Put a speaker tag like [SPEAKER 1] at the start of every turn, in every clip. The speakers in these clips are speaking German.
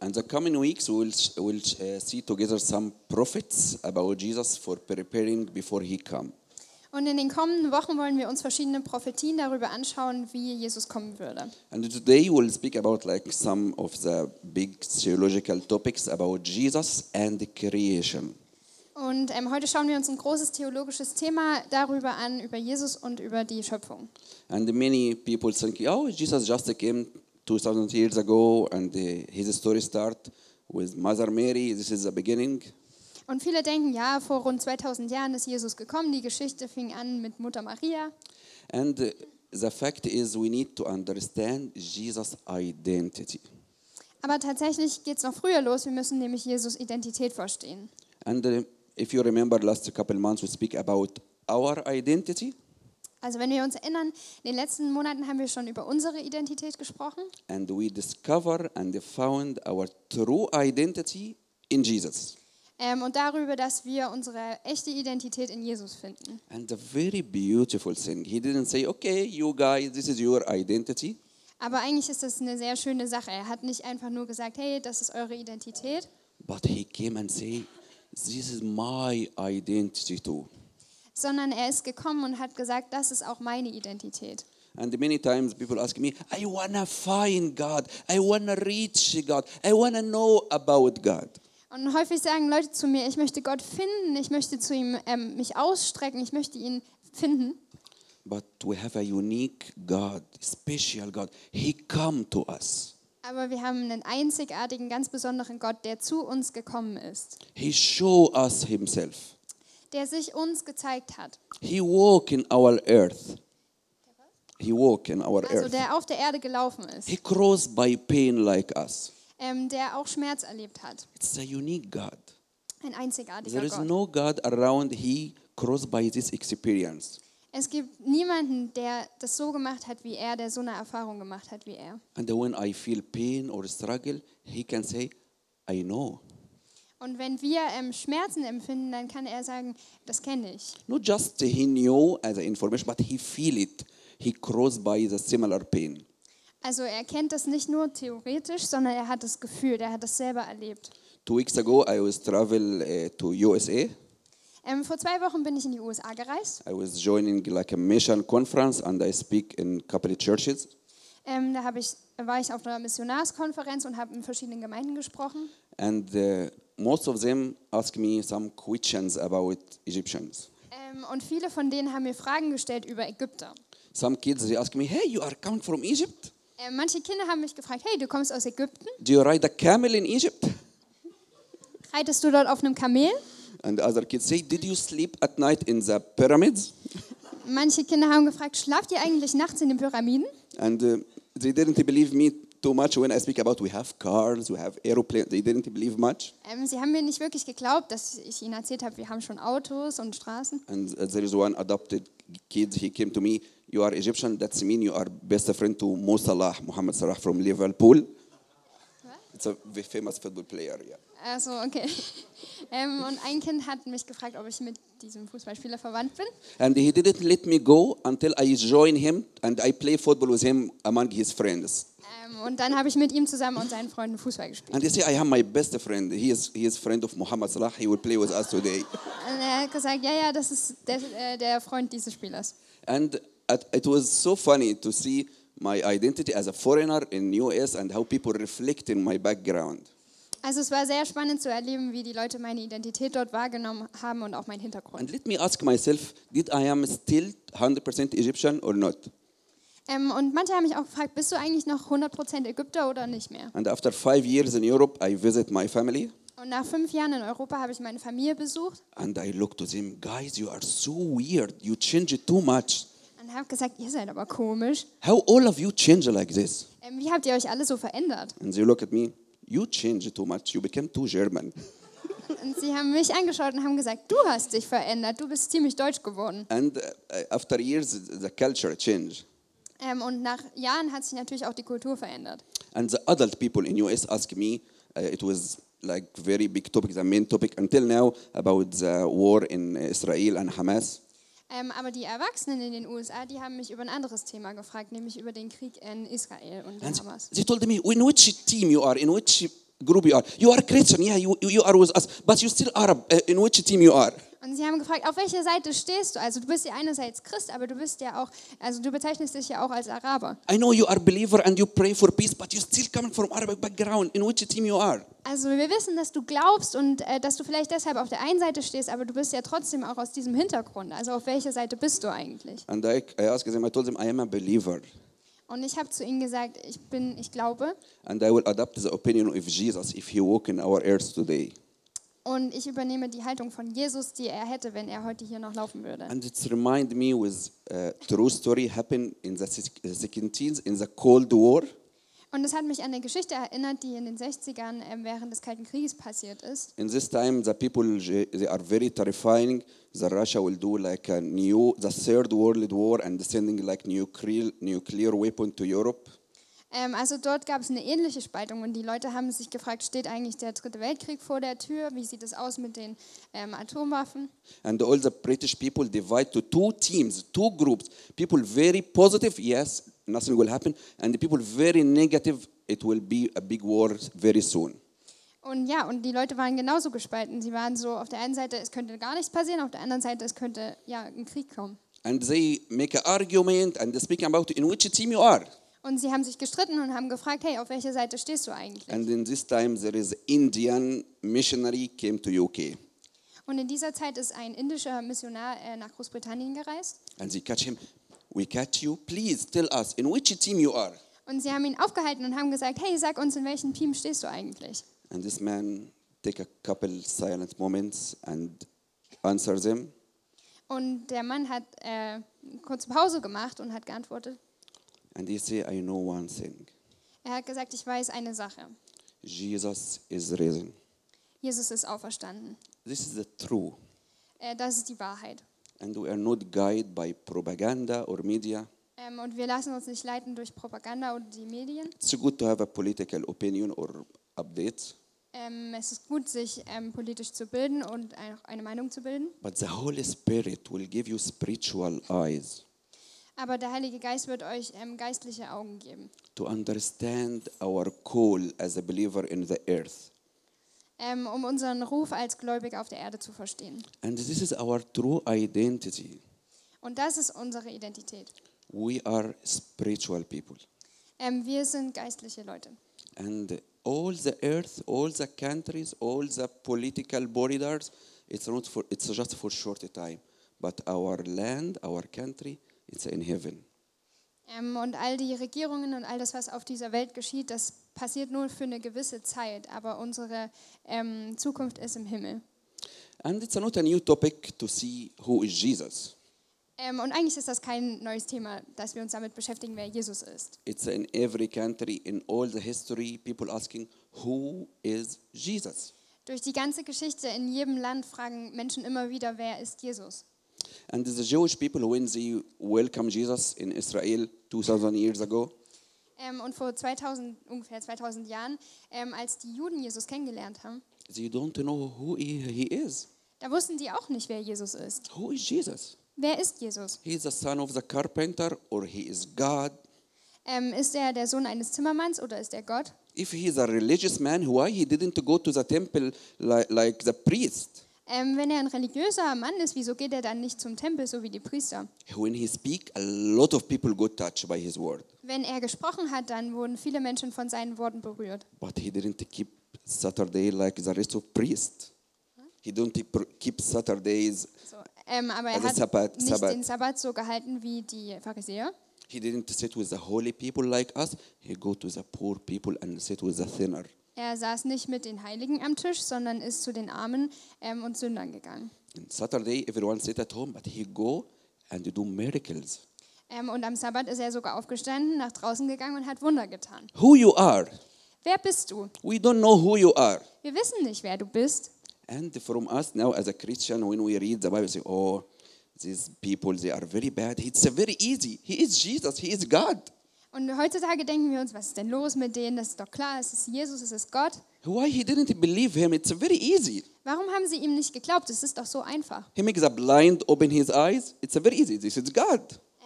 [SPEAKER 1] and the coming weeks, we will, we'll uh, see together some prophets about Jesus for preparing before he come.
[SPEAKER 2] Und in den kommenden Wochen wollen wir uns verschiedene Prophetien darüber anschauen, wie Jesus kommen würde.
[SPEAKER 1] And today we'll speak about like some of the big theological topics about Jesus and the creation.
[SPEAKER 2] Und ähm, heute schauen wir uns ein großes theologisches Thema darüber an, über Jesus und über die Schöpfung.
[SPEAKER 1] And many people think, oh, Jesus just came 2,000 years ago, and uh, his story start with Mother Mary. This is the beginning.
[SPEAKER 2] Und viele denken, ja, vor rund 2000 Jahren ist Jesus gekommen, die Geschichte fing an mit Mutter Maria.
[SPEAKER 1] And uh, the fact is, we need to understand Jesus' identity.
[SPEAKER 2] Aber tatsächlich geht es noch früher los, wir müssen nämlich Jesus Identität verstehen.
[SPEAKER 1] And uh, if you remember, last couple months we speak about our identity,
[SPEAKER 2] Also wenn wir uns erinnern, in den letzten Monaten haben wir schon über unsere Identität gesprochen
[SPEAKER 1] and we discover and found our true identity in Jesus.
[SPEAKER 2] ähm, und darüber, dass wir unsere echte Identität in Jesus finden.
[SPEAKER 1] And a very beautiful thing. He didn't say, "Okay, you guys, this is your identity."
[SPEAKER 2] Aber eigentlich ist das eine sehr schöne Sache. Er hat nicht einfach nur gesagt, hey, das ist eure Identität,
[SPEAKER 1] But he came and say, "This is my identity too."
[SPEAKER 2] sondern er ist gekommen und hat gesagt, das ist auch meine Identität.
[SPEAKER 1] And many times people ask me, I want to find God. I want to reach God. I want to know about God.
[SPEAKER 2] Und häufig sagen Leute zu mir, ich möchte Gott finden, ich möchte zu ihm ähm, mich ausstrecken, ich möchte ihn finden.
[SPEAKER 1] But we have a unique God, special God. He come to us.
[SPEAKER 2] Aber wir haben einen einzigartigen, ganz besonderen Gott, der zu uns gekommen ist,
[SPEAKER 1] He show us himself.
[SPEAKER 2] der sich uns gezeigt hat.
[SPEAKER 1] He walk in our earth. He walk in our
[SPEAKER 2] Also
[SPEAKER 1] earth.
[SPEAKER 2] der auf der Erde gelaufen ist,
[SPEAKER 1] He crossed by pain like us.
[SPEAKER 2] ähm, der auch Schmerz erlebt hat.
[SPEAKER 1] It's a unique God.
[SPEAKER 2] Ein einzigartiger
[SPEAKER 1] There is
[SPEAKER 2] Gott.
[SPEAKER 1] no God around he crossed by this experience.
[SPEAKER 2] Es gibt niemanden, der das so gemacht hat wie er, der so eine Erfahrung gemacht hat wie er.
[SPEAKER 1] And when I feel pain or struggle, he can say, I know.
[SPEAKER 2] Und wenn wir ähm, Schmerzen empfinden, dann kann er sagen, das kenne ich.
[SPEAKER 1] Not just he knew as an information, but he feel it. He crossed by the similar pain.
[SPEAKER 2] Also er kennt das nicht nur theoretisch, sondern er hat das Gefühl, er hat das selber erlebt.
[SPEAKER 1] Two weeks ago, I was travel uh, to USA.
[SPEAKER 2] Ähm, vor zwei Wochen bin ich in die USA gereist.
[SPEAKER 1] I was joining like a mission conference, and I speak in couple of churches.
[SPEAKER 2] Ähm, da hab ich, war ich auf einer Missionarskonferenz und habe in verschiedenen Gemeinden gesprochen.
[SPEAKER 1] And uh, most of them ask me some questions about Egyptians.
[SPEAKER 2] Ähm, und viele von denen haben mir Fragen gestellt über Ägypter.
[SPEAKER 1] Some kids they ask me, "Hey, you are come from Egypt?
[SPEAKER 2] Ähm, manche Kinder haben mich gefragt, hey, du kommst aus Ägypten?
[SPEAKER 1] Do you ride a camel in Egypt?"
[SPEAKER 2] Reitest du dort auf einem Kamel?
[SPEAKER 1] And other kids say, "Did you sleep at night in the pyramids?"
[SPEAKER 2] Manche Kinder haben gefragt, schlaft ihr eigentlich nachts in den Pyramiden?
[SPEAKER 1] And uh, they didn't believe me too much when I speak about we have cars, we have aeroplanes. They didn't believe much.
[SPEAKER 2] Ähm, sie haben mir nicht wirklich geglaubt, dass ich ihnen erzählt habe, wir haben schon Autos und Straßen.
[SPEAKER 1] And there is one adopted kid. He came to me. You are Egyptian. That's mean you are best friend to Mo Salah, Mohamed Salah from Liverpool. It's a v- famous football player. Yeah.
[SPEAKER 2] Also, okay. Ähm, und ein Kind hat mich gefragt, ob ich mit diesem Fußballspieler verwandt bin.
[SPEAKER 1] And he didn't let me go until I join him and I play football with him among his friends.
[SPEAKER 2] Ähm, und dann habe ich mit ihm zusammen und seinen Freunden Fußball gespielt.
[SPEAKER 1] And they say I am my best friend. He is he is friend of Mohamed Salah. He will play with us today.
[SPEAKER 2] Und er hat gesagt, ja, ja, das ist der, äh, der Freund dieses Spielers.
[SPEAKER 1] And at, it was so funny to see my identity as a foreigner in US and how people reflect in my background.
[SPEAKER 2] Also es war sehr spannend zu erleben, wie die Leute meine Identität dort wahrgenommen haben und auch meinen
[SPEAKER 1] And
[SPEAKER 2] Hintergrund.
[SPEAKER 1] let me ask myself, did I am still 100% Egyptian or not?
[SPEAKER 2] Ähm, und manche haben mich auch gefragt, bist du eigentlich noch 100% Ägypter oder nicht mehr?
[SPEAKER 1] And after five years in Europe, I visit my family
[SPEAKER 2] Und nach fünf Jahren in Europa habe ich meine Familie besucht
[SPEAKER 1] and I look to them, guys, you are so weird. You change too much.
[SPEAKER 2] und habe gesagt, ihr seid aber komisch.
[SPEAKER 1] How all of you change like this?
[SPEAKER 2] Ähm, wie habt ihr euch alle so verändert?
[SPEAKER 1] And they look at me, you change too much. You became too German.
[SPEAKER 2] Und sie haben mich angeschaut und haben gesagt, du hast dich verändert, du bist ziemlich deutsch geworden.
[SPEAKER 1] And uh, after years, the culture changed.
[SPEAKER 2] Ähm, und nach Jahren hat sich natürlich auch die Kultur verändert.
[SPEAKER 1] And the adult people in US ask me, uh, it was like very big topic, the main topic until now about the war in Israel and Hamas.
[SPEAKER 2] Ähm, aber die Erwachsenen in den USA, die haben mich über ein anderes Thema gefragt, nämlich über den Krieg in Israel und
[SPEAKER 1] And
[SPEAKER 2] Hamas.
[SPEAKER 1] they told me, in which team you are, in which group you are. You are Christian, yeah, you, you are with us, but you still Arab. Uh, in which team you are?
[SPEAKER 2] Und sie haben gefragt, auf welcher Seite stehst du? Also du bist ja einerseits Christ, aber du bist ja auch, also du bezeichnest dich ja auch als Araber.
[SPEAKER 1] I know you are believer and you pray for peace, but you still coming from Arabic background. In which team you are?
[SPEAKER 2] Also wir wissen, dass du glaubst und äh, dass du vielleicht deshalb auf der einen Seite stehst, aber du bist ja trotzdem auch aus diesem Hintergrund. Also auf welcher Seite bist du eigentlich?
[SPEAKER 1] And I, I asked them, I told them, I am a believer.
[SPEAKER 2] Und ich habe zu ihnen gesagt, ich bin, ich glaube
[SPEAKER 1] And I will adopt the opinion of Jesus if he walk in our earth today.
[SPEAKER 2] und ich übernehme die Haltung von Jesus, die er hätte, wenn er heute hier noch laufen würde.
[SPEAKER 1] And it remind me with a true story happened in the 17th, in the Cold War.
[SPEAKER 2] Und es hat mich an eine Geschichte erinnert, die in den 60ern ähm, während des Kalten Krieges passiert ist.
[SPEAKER 1] In this time, the people, eh, they are very terrifying. The Russia will do like a new, the third world war and sending like nuclear, nuclear weapon to Europe.
[SPEAKER 2] Ähm, also dort gab es eine ähnliche Spaltung und die Leute haben sich gefragt, steht eigentlich der Dritte Weltkrieg vor der Tür? Wie sieht es aus mit den ähm, Atomwaffen?
[SPEAKER 1] And all the British people divide to two teams, two groups. People very positive, yes, nothing will happen. And the people very negative, it will be a big war very soon.
[SPEAKER 2] Und ja, und die Leute waren genauso gespalten. Sie waren so, auf der einen Seite, es könnte gar nichts passieren, auf der anderen Seite, es könnte ja ein Krieg kommen.
[SPEAKER 1] And they make an argument and they speak about in which team you are.
[SPEAKER 2] Und sie haben sich gestritten und haben gefragt, hey, auf welcher Seite stehst du eigentlich?
[SPEAKER 1] And in this time, there is Indian missionary came to UK.
[SPEAKER 2] Und in dieser Zeit ist ein indischer Missionar äh, nach Großbritannien gereist.
[SPEAKER 1] And they catch him. We catch you. Please tell us in which team you are.
[SPEAKER 2] Und sie haben ihn aufgehalten und haben gesagt, hey, sag uns, in welchem Team stehst du eigentlich?
[SPEAKER 1] And this man take a couple silent moments and answer them.
[SPEAKER 2] Und der Mann hat äh, eine kurze Pause gemacht und hat geantwortet.
[SPEAKER 1] And he say, I know one thing.
[SPEAKER 2] Er hat gesagt, ich weiß eine Sache.
[SPEAKER 1] Jesus is risen.
[SPEAKER 2] Jesus ist auferstanden.
[SPEAKER 1] This is the true.
[SPEAKER 2] Äh, das ist die Wahrheit.
[SPEAKER 1] And we are not guided by propaganda or media.
[SPEAKER 2] Ähm, und wir lassen uns nicht leiten durch Propaganda oder die Medien.
[SPEAKER 1] It's good to have a political opinion or update.
[SPEAKER 2] Ähm, es ist gut, sich ähm, politisch zu bilden und ein- eine Meinung zu bilden.
[SPEAKER 1] But the Holy Spirit will give you spiritual eyes
[SPEAKER 2] Aber der Heilige Geist wird euch ähm, geistliche Augen geben,
[SPEAKER 1] to understand our call as a believer in the earth.
[SPEAKER 2] ähm, um unseren Ruf als Gläubiger auf der Erde zu verstehen.
[SPEAKER 1] And this is our true identity.
[SPEAKER 2] Und das ist unsere Identität.
[SPEAKER 1] We are spiritual people.
[SPEAKER 2] Ähm, wir sind geistliche Leute.
[SPEAKER 1] And all the earth, all the countries, all the political borders, it's not for it's just for short time. But our land, our country, it's in heaven.
[SPEAKER 2] Ähm, und all die Regierungen und all das, was auf dieser Welt geschieht, das passiert nur für eine gewisse Zeit. Aber unsere ähm, Zukunft ist im Himmel.
[SPEAKER 1] And it's not a new topic to see who is Jesus.
[SPEAKER 2] Ähm, und eigentlich ist das kein neues Thema, dass wir uns damit beschäftigen, wer Jesus ist.
[SPEAKER 1] It's in every country, in all the history, people asking who is Jesus.
[SPEAKER 2] Durch die ganze Geschichte in jedem Land fragen Menschen immer wieder, wer ist Jesus?
[SPEAKER 1] And the Jewish people, when they welcome Jesus in Israel 2,000 years ago,
[SPEAKER 2] Ähm, und vor 2000, ungefähr 2000 Jahren, ähm, als die Juden Jesus kennengelernt haben,
[SPEAKER 1] they don't know who he, he is.
[SPEAKER 2] da wussten die auch nicht, wer Jesus ist.
[SPEAKER 1] Who is Jesus?
[SPEAKER 2] Wer ist Jesus?
[SPEAKER 1] He is the son of the carpenter or he is God.
[SPEAKER 2] Ähm, ist er der Sohn eines Zimmermanns oder ist er Gott?
[SPEAKER 1] If he is a religious man, why he didn't go to the temple like, like the priest?
[SPEAKER 2] Ähm, wenn er ein religiöser Mann ist, wieso geht er dann nicht zum Tempel, so wie die Priester?
[SPEAKER 1] When he speak, a lot of people got touched by his word.
[SPEAKER 2] Wenn er gesprochen hat, dann wurden viele Menschen von seinen Worten berührt.
[SPEAKER 1] But he didn't keep Saturday like the rest of priests. He don't keep Saturdays.
[SPEAKER 2] So, ähm, aber er
[SPEAKER 1] Also
[SPEAKER 2] hat
[SPEAKER 1] Sabbat-
[SPEAKER 2] nicht
[SPEAKER 1] Sabbat.
[SPEAKER 2] den Sabbat so gehalten wie die Pharisäer.
[SPEAKER 1] He didn't sit with the holy people like us. He go to the poor people and sit with the thinner.
[SPEAKER 2] Er saß nicht mit den Heiligen am Tisch, sondern ist zu den Armen ähm, und Sündern gegangen.
[SPEAKER 1] And Saturday, everyone sit at home, but he go and do miracles.
[SPEAKER 2] Ähm, und am Sabbat ist er sogar aufgestanden, nach draußen gegangen und hat Wunder getan.
[SPEAKER 1] Who you are?
[SPEAKER 2] Wer bist du?
[SPEAKER 1] We don't know who you are.
[SPEAKER 2] Wir wissen nicht, wer du bist.
[SPEAKER 1] And from us now, as a Christian, when we read the Bible, we say, "Oh, these people they are very bad." It's a very easy. He is Jesus. He is God.
[SPEAKER 2] Und heutzutage denken wir uns, was ist denn los mit denen? Das ist doch klar, es ist Jesus, es ist Gott.
[SPEAKER 1] Why he didn't believe him? It's very easy.
[SPEAKER 2] Warum haben sie ihm nicht geglaubt? Es ist doch so einfach.
[SPEAKER 1] He makes a blind open his eyes. It's a very easy. This is God.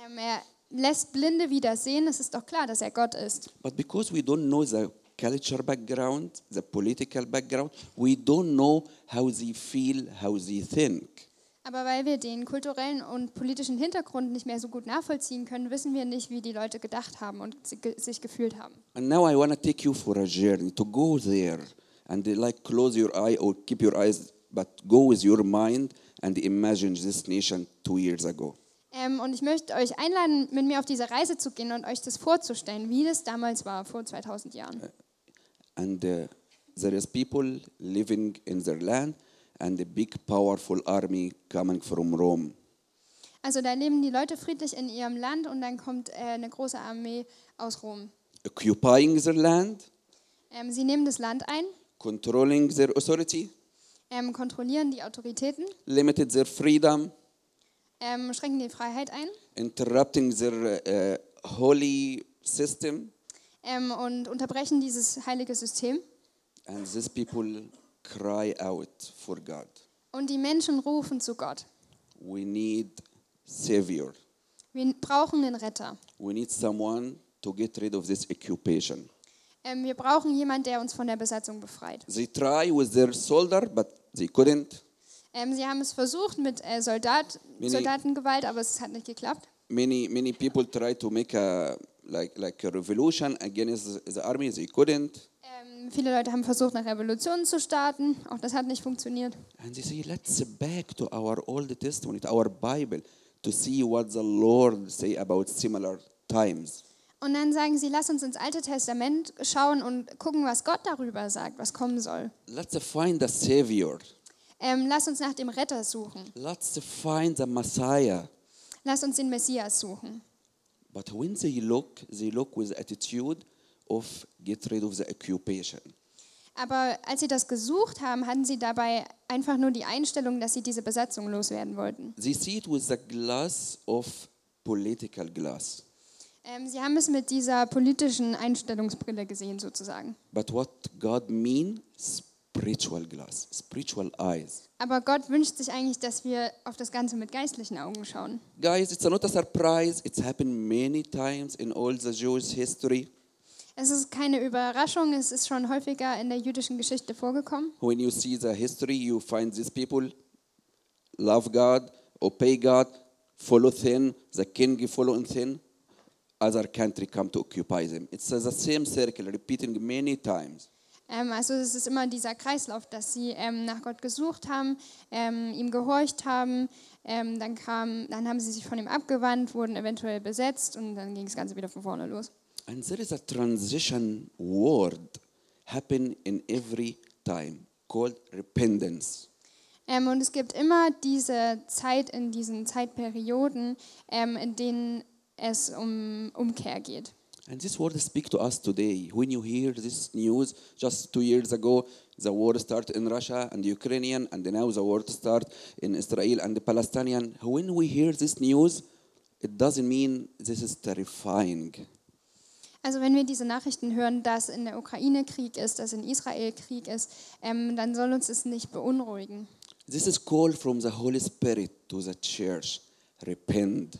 [SPEAKER 2] Ähm, er lässt Blinde wieder sehen. Es ist doch klar, dass er Gott ist.
[SPEAKER 1] But because we don't know the culture background, the political background. We don't know how they feel, how they think.
[SPEAKER 2] Aber weil wir den kulturellen und politischen Hintergrund nicht mehr so gut nachvollziehen können, wissen wir nicht, wie die Leute gedacht haben und si- ge- sich gefühlt haben.
[SPEAKER 1] And now I want to take you for a journey to go there and uh, like close your eye or keep your eyes, but go with your mind and imagine this nation two years ago.
[SPEAKER 2] Ähm, und ich möchte euch einladen, mit mir auf diese Reise zu gehen und euch das vorzustellen, wie das damals war, vor 2000 Jahren.
[SPEAKER 1] And uh, there is people living in their land and a big powerful army coming from Rome.
[SPEAKER 2] Also da leben die Leute friedlich in ihrem Land und dann kommt äh, eine große Armee aus Rom.
[SPEAKER 1] occupying their land,
[SPEAKER 2] Ähm, sie nehmen das Land ein,
[SPEAKER 1] controlling their authority,
[SPEAKER 2] ähm, kontrollieren die Autoritäten,
[SPEAKER 1] limited their freedom,
[SPEAKER 2] ähm, schränken die Freiheit ein
[SPEAKER 1] interrupting their uh, holy system,
[SPEAKER 2] ähm, und unterbrechen dieses heilige System.
[SPEAKER 1] and these people cry out for God.
[SPEAKER 2] Und die Menschen rufen zu Gott.
[SPEAKER 1] We need savior.
[SPEAKER 2] Wir brauchen den Retter.
[SPEAKER 1] We need someone to get rid of this occupation.
[SPEAKER 2] Ähm, wir brauchen jemanden, der uns von der Besatzung befreit.
[SPEAKER 1] They try with their soldier, but they couldn't.
[SPEAKER 2] Ähm, sie haben es versucht mit äh, Soldat,
[SPEAKER 1] Mini-
[SPEAKER 2] Soldatengewalt, aber es hat nicht geklappt.
[SPEAKER 1] Many many people try to make a like like a revolution against the army. They couldn't.
[SPEAKER 2] Ähm, viele Leute haben versucht, eine Revolution zu starten. Auch das hat nicht funktioniert.
[SPEAKER 1] And they say, let's back to our Old Testament, our Bible, to see what the Lord say about similar times.
[SPEAKER 2] Und dann sagen sie, lass uns ins Alte Testament schauen und gucken, was Gott darüber sagt, was kommen soll.
[SPEAKER 1] Let's find the Savior.
[SPEAKER 2] Ähm, lass uns nach dem Retter suchen.
[SPEAKER 1] Let's find the Messiah.
[SPEAKER 2] Lass uns den Messias suchen.
[SPEAKER 1] But when they look, they look with attitude of get rid of the occupation.
[SPEAKER 2] Aber als sie das gesucht haben, hatten sie dabei einfach nur die Einstellung, dass sie diese Besatzung loswerden wollten.
[SPEAKER 1] They see it with the glass of political glass.
[SPEAKER 2] Ähm, sie haben es mit dieser politischen Einstellungsbrille gesehen, sozusagen.
[SPEAKER 1] But what God mean? Spiritual glass, spiritual eyes.
[SPEAKER 2] Aber Gott wünscht sich eigentlich, dass wir auf das Ganze mit geistlichen Augen schauen.
[SPEAKER 1] Guys, it's not a surprise. It's happened many times in all the Jewish history.
[SPEAKER 2] Es ist keine Überraschung, es ist schon häufiger in der jüdischen Geschichte vorgekommen.
[SPEAKER 1] When you see the history, you find these people love God, obey God, follow thin, the king following thin, other country come to occupy them. It's the same circle repeating many times.
[SPEAKER 2] Ähm, also es ist immer dieser Kreislauf, dass sie ähm, nach Gott gesucht haben, ähm, ihm gehorcht haben, ähm, dann, kam, dann haben sie sich von ihm abgewandt, wurden eventuell besetzt und dann ging das Ganze wieder von vorne los.
[SPEAKER 1] And there is a transition word happen in every time called repentance.
[SPEAKER 2] Ähm, und es gibt immer diese Zeit in diesen Zeitperioden, ähm, in denen es um Umkehr geht.
[SPEAKER 1] And this word speak to us today. When you hear this news, just two years ago, the war started in Russia and Ukrainian, and now the war start in Israel and the Palestinian. When we hear this news, it doesn't mean this is terrifying.
[SPEAKER 2] Also wenn wir diese Nachrichten hören, dass in der Ukraine Krieg ist, dass in Israel Krieg ist, ähm, dann soll uns es nicht beunruhigen.
[SPEAKER 1] This is call from the Holy Spirit to the church. Repent.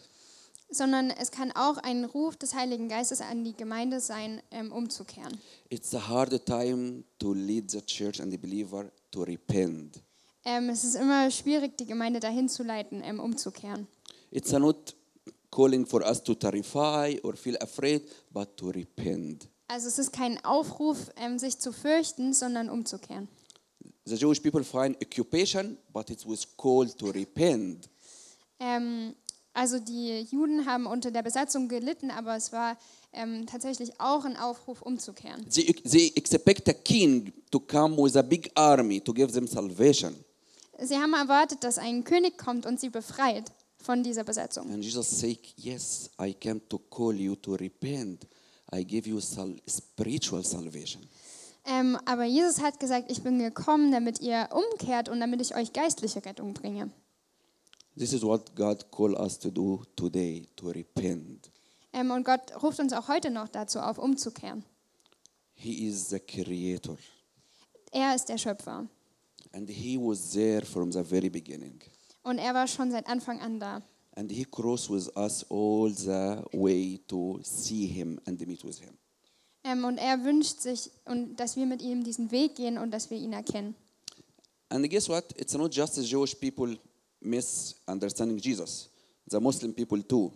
[SPEAKER 2] Sondern es kann auch ein Ruf des Heiligen Geistes an die Gemeinde sein, ähm, umzukehren.
[SPEAKER 1] It's a hard time to lead the church and the believer to repent.
[SPEAKER 2] Ähm, es ist immer schwierig, die Gemeinde dahin zu leiten, ähm, umzukehren.
[SPEAKER 1] It's not calling for us to terrify or feel afraid, but to repent.
[SPEAKER 2] Also es ist kein Aufruf, ähm, sich zu fürchten, sondern umzukehren.
[SPEAKER 1] the Jewish people find occupation, but it was called to repent.
[SPEAKER 2] Ähm, also die Juden haben unter der Besatzung gelitten, aber es war ähm, tatsächlich auch ein Aufruf, umzukehren.
[SPEAKER 1] They, they expect a king to come with a big army to give them salvation.
[SPEAKER 2] Sie haben erwartet, dass ein König kommt und sie befreit von dieser Besetzung.
[SPEAKER 1] And Jesus said, Yes, I came to call you to repent. I give you sal- spiritual salvation.
[SPEAKER 2] Ähm, aber Jesus hat gesagt, ich bin gekommen, damit ihr umkehrt und damit ich euch geistliche Rettung bringe.
[SPEAKER 1] This is what God called us to do today to repent.
[SPEAKER 2] Ähm, und Gott ruft uns auch heute noch dazu auf, umzukehren.
[SPEAKER 1] He is the creator,
[SPEAKER 2] Er ist der Schöpfer
[SPEAKER 1] and He was there from the very beginning.
[SPEAKER 2] und er war schon seit Anfang an da.
[SPEAKER 1] And He crossed with us all the way to see Him and meet with Him.
[SPEAKER 2] Ähm, und er wünscht sich, und dass wir mit ihm diesen Weg gehen und dass wir ihn erkennen.
[SPEAKER 1] And guess what? It's not just the Jewish people misunderstanding Jesus, the Muslim people too.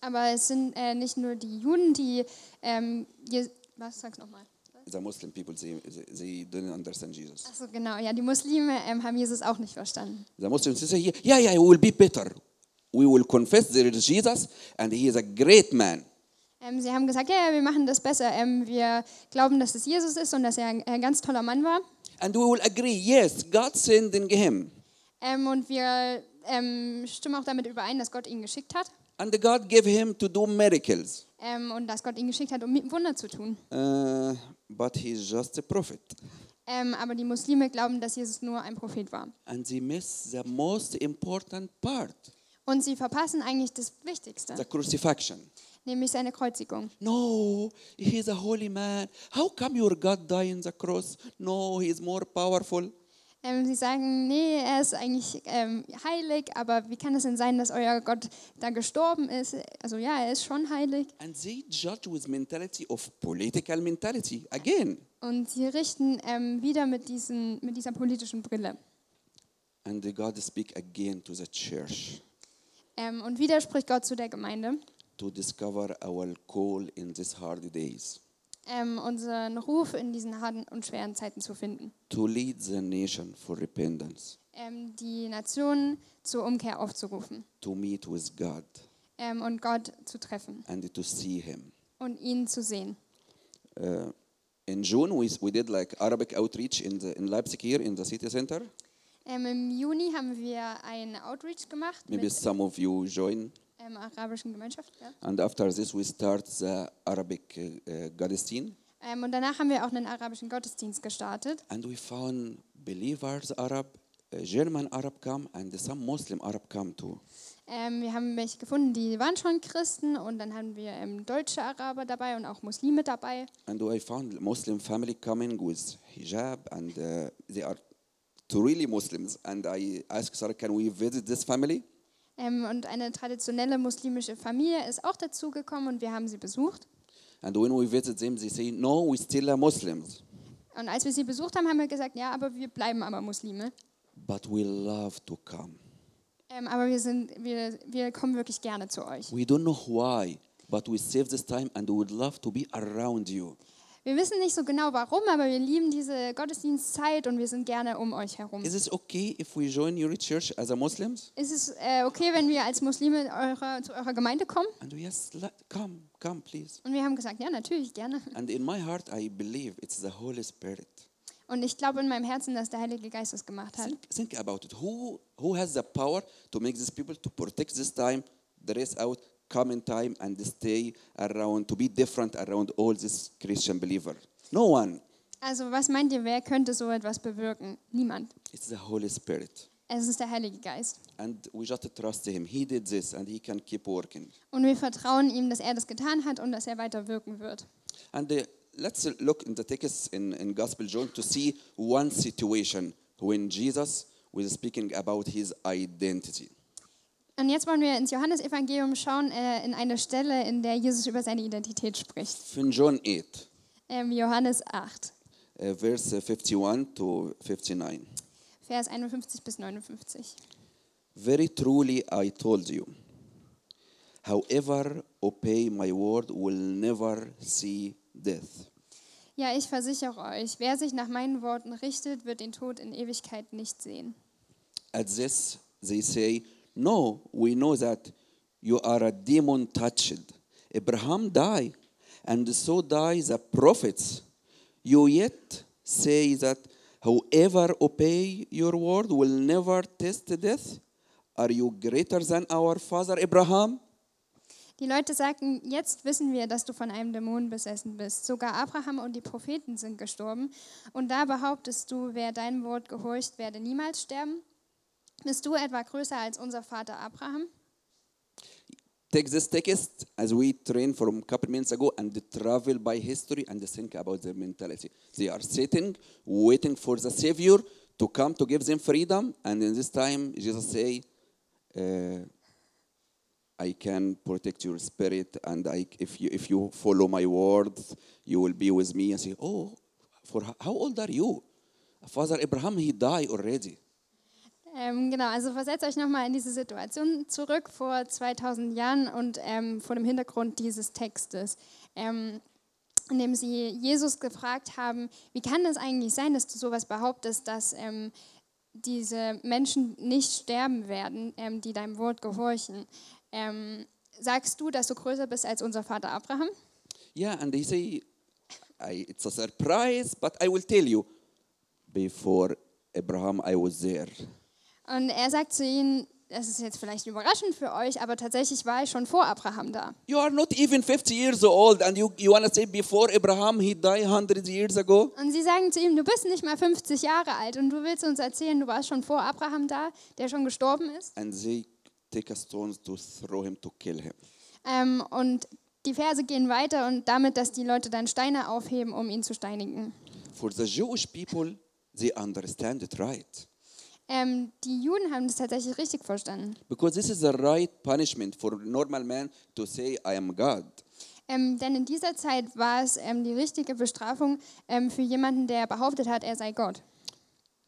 [SPEAKER 2] Aber es sind äh, nicht nur die Juden, die, ähm, Je was sag's nochmal?
[SPEAKER 1] The Muslim people, they, they- they didn't understand Jesus.
[SPEAKER 2] Achso, genau, ja, die Muslime ähm, haben Jesus auch nicht verstanden.
[SPEAKER 1] The Muslims they say, yeah, yeah, we will be better. We will confess there is Jesus and he is a great man.
[SPEAKER 2] Ähm, sie haben gesagt, ja, ja, wir machen das besser. Ähm, wir glauben, dass es Jesus ist und dass er ein, ein ganz toller Mann war.
[SPEAKER 1] And we will agree, yes, God sending him.
[SPEAKER 2] Ähm, und wir ähm, stimmen auch damit überein, dass Gott ihn geschickt hat
[SPEAKER 1] And God gave him to do miracles.
[SPEAKER 2] ähm, und dass Gott ihn geschickt hat, um mit- Wunder zu tun.
[SPEAKER 1] Uh, but he's just a prophet.
[SPEAKER 2] Ähm, aber die Muslime glauben, dass Jesus nur ein Prophet war.
[SPEAKER 1] And they miss the most important part,
[SPEAKER 2] Und sie verpassen eigentlich das
[SPEAKER 1] the
[SPEAKER 2] Wichtigste,
[SPEAKER 1] crucifixion.
[SPEAKER 2] nämlich seine Kreuzigung.
[SPEAKER 1] No, he's a holy man. How come your God died in the cross? No, he's more powerful.
[SPEAKER 2] Ähm, sie sagen, nee, er ist eigentlich ähm, heilig, aber wie kann es denn sein, dass euer Gott da gestorben ist? Also ja, er ist schon heilig.
[SPEAKER 1] And they judge with mentality of political mentality again.
[SPEAKER 2] Und sie richten ähm, wieder mit, diesen, mit dieser politischen Brille.
[SPEAKER 1] And the God speak again to the church
[SPEAKER 2] Ähm, und wieder spricht Gott zu der Gemeinde,
[SPEAKER 1] to discover our call in these hard days,
[SPEAKER 2] ähm, unseren Ruf in diesen harten und schweren Zeiten zu finden,
[SPEAKER 1] to lead the nation for repentance,
[SPEAKER 2] ähm, die Nationen zur Umkehr aufzurufen
[SPEAKER 1] to meet with God
[SPEAKER 2] ähm, und Gott zu treffen
[SPEAKER 1] and to see Him.
[SPEAKER 2] und ihn zu sehen.
[SPEAKER 1] Uh, in June, we, we did like Arabic outreach in, the, in Leipzig here in the city center.
[SPEAKER 2] Ähm, Im Juni haben wir einen Outreach gemacht
[SPEAKER 1] Maybe
[SPEAKER 2] mit
[SPEAKER 1] some of you join.
[SPEAKER 2] ähm, arabischen Gemeinschaft. Ja.
[SPEAKER 1] And after this, we start the Arabic uh, uh, Palestine,
[SPEAKER 2] Ähm, und danach haben wir auch einen arabischen Gottesdienst gestartet.
[SPEAKER 1] and we found believers Arab, uh, German Arab come, and some Muslim Arab come too.
[SPEAKER 2] Ähm, wir haben welche gefunden, die waren schon Christen und dann haben wir ähm, deutsche Araber dabei und auch Muslime dabei.
[SPEAKER 1] And I found Muslim family coming with hijab, and uh, they are two really Muslims. And I asked Sarah, can we visit this family?
[SPEAKER 2] Ähm, und eine traditionelle muslimische Familie ist auch dazugekommen und wir haben sie besucht.
[SPEAKER 1] And when we visit them, they say, no, we still are Muslims,
[SPEAKER 2] Und als wir sie besucht haben, haben wir gesagt, ja, aber wir bleiben aber Muslime.
[SPEAKER 1] but we love to come.
[SPEAKER 2] Ähm, aber wir, sind, wir, wir kommen wirklich gerne zu euch.
[SPEAKER 1] We don't know why, but we save this time, and we would love to be around you.
[SPEAKER 2] Wir wissen nicht so genau warum, aber wir lieben diese Gottesdienstzeit und wir sind gerne um euch herum.
[SPEAKER 1] Is this okay if we join your church as a Muslims?
[SPEAKER 2] Ist es äh, okay, wenn wir als Muslime eurer, zu eurer Gemeinde kommen?
[SPEAKER 1] And yes, la- come, come, please.
[SPEAKER 2] Und wir haben gesagt, ja, natürlich, gerne.
[SPEAKER 1] And in my heart, I believe it's the Holy Spirit.
[SPEAKER 2] Und ich glaube in meinem Herzen, dass der Heilige Geist es gemacht hat.
[SPEAKER 1] Think, think about it. Who who has the power to make these people to protect this time, dress out, come in time, and stay around to be different around all this Christian believer? No one.
[SPEAKER 2] Also was meint ihr, wer könnte so etwas bewirken? Niemand.
[SPEAKER 1] It's the Holy Spirit,
[SPEAKER 2] Es ist der Heilige Geist.
[SPEAKER 1] and we just trust Him. He did this, and He can keep working.
[SPEAKER 2] Und wir vertrauen ihm, dass er das getan hat und dass er weiter wirken wird.
[SPEAKER 1] And uh, let's look in the text in, in Gospel John to see one situation when Jesus was speaking about his identity.
[SPEAKER 2] Und jetzt wollen wir ins Johannesevangelium schauen, äh, in eine Stelle, in der Jesus über seine Identität spricht.
[SPEAKER 1] From John 8,
[SPEAKER 2] Ähm, Johannes 8,
[SPEAKER 1] uh, verse 51 to 59.
[SPEAKER 2] Vers 51 bis 59.
[SPEAKER 1] Very truly I told you, however obey my word will never see death.
[SPEAKER 2] Ja, ich versichere euch, wer sich nach meinen Worten richtet, wird den Tod in Ewigkeit nicht sehen.
[SPEAKER 1] At this, they say, No, we know that you are a demon touched. Abraham died, and so die the prophets. You yet say that whoever obey your word will never taste death? Are you greater than our father Abraham?
[SPEAKER 2] Die Leute sagten, jetzt wissen wir, dass du von einem Dämon besessen bist. Sogar Abraham und die Propheten sind gestorben. Und da behauptest du, wer deinem Wort gehorcht, werde niemals sterben. Bist du etwa größer als unser Vater Abraham?
[SPEAKER 1] Take this text as we train from a couple minutes ago and travel by history and think about their mentality. They are sitting, waiting for the Savior to come to give them freedom. And in this time, Jesus say, uh, I can protect your spirit, and I, if you if you follow my words, you will be with me." And say, "Oh, for ho- how old are you, Father Abraham? He died already."
[SPEAKER 2] Ähm, genau, also versetzt euch nochmal in diese Situation zurück vor 2000 Jahren und ähm, vor dem Hintergrund dieses Textes, ähm, in dem sie Jesus gefragt haben, wie kann das eigentlich sein, dass du sowas behauptest, dass ähm, diese Menschen nicht sterben werden, ähm, die deinem Wort gehorchen. Ähm, sagst du, dass du größer bist als unser Vater Abraham?
[SPEAKER 1] Yeah, and they say, I, "It's a surprise, but I will tell you." Before Abraham, I was there.
[SPEAKER 2] Und er sagt zu ihnen, das ist jetzt vielleicht überraschend für euch, aber tatsächlich war ich schon vor Abraham da.
[SPEAKER 1] You are not even 50 years old, and you, you want to say before Abraham, he died 100 years ago?
[SPEAKER 2] Und sie sagen zu ihm, du bist nicht mal 50 Jahre alt und du willst uns erzählen, du warst schon vor Abraham da, der schon gestorben ist.
[SPEAKER 1] And they take a stone to throw him to kill him.
[SPEAKER 2] Ähm, und die Verse gehen weiter und damit, dass die Leute dann Steine aufheben, um ihn zu steinigen.
[SPEAKER 1] For the Jewish people, they understand it right.
[SPEAKER 2] Ähm, die Juden haben das tatsächlich richtig verstanden.
[SPEAKER 1] Because this is the right punishment for normal man to say, I am God.
[SPEAKER 2] Ähm, denn in dieser Zeit war es ähm, die richtige Bestrafung ähm, für jemanden, der behauptet hat, er sei Gott.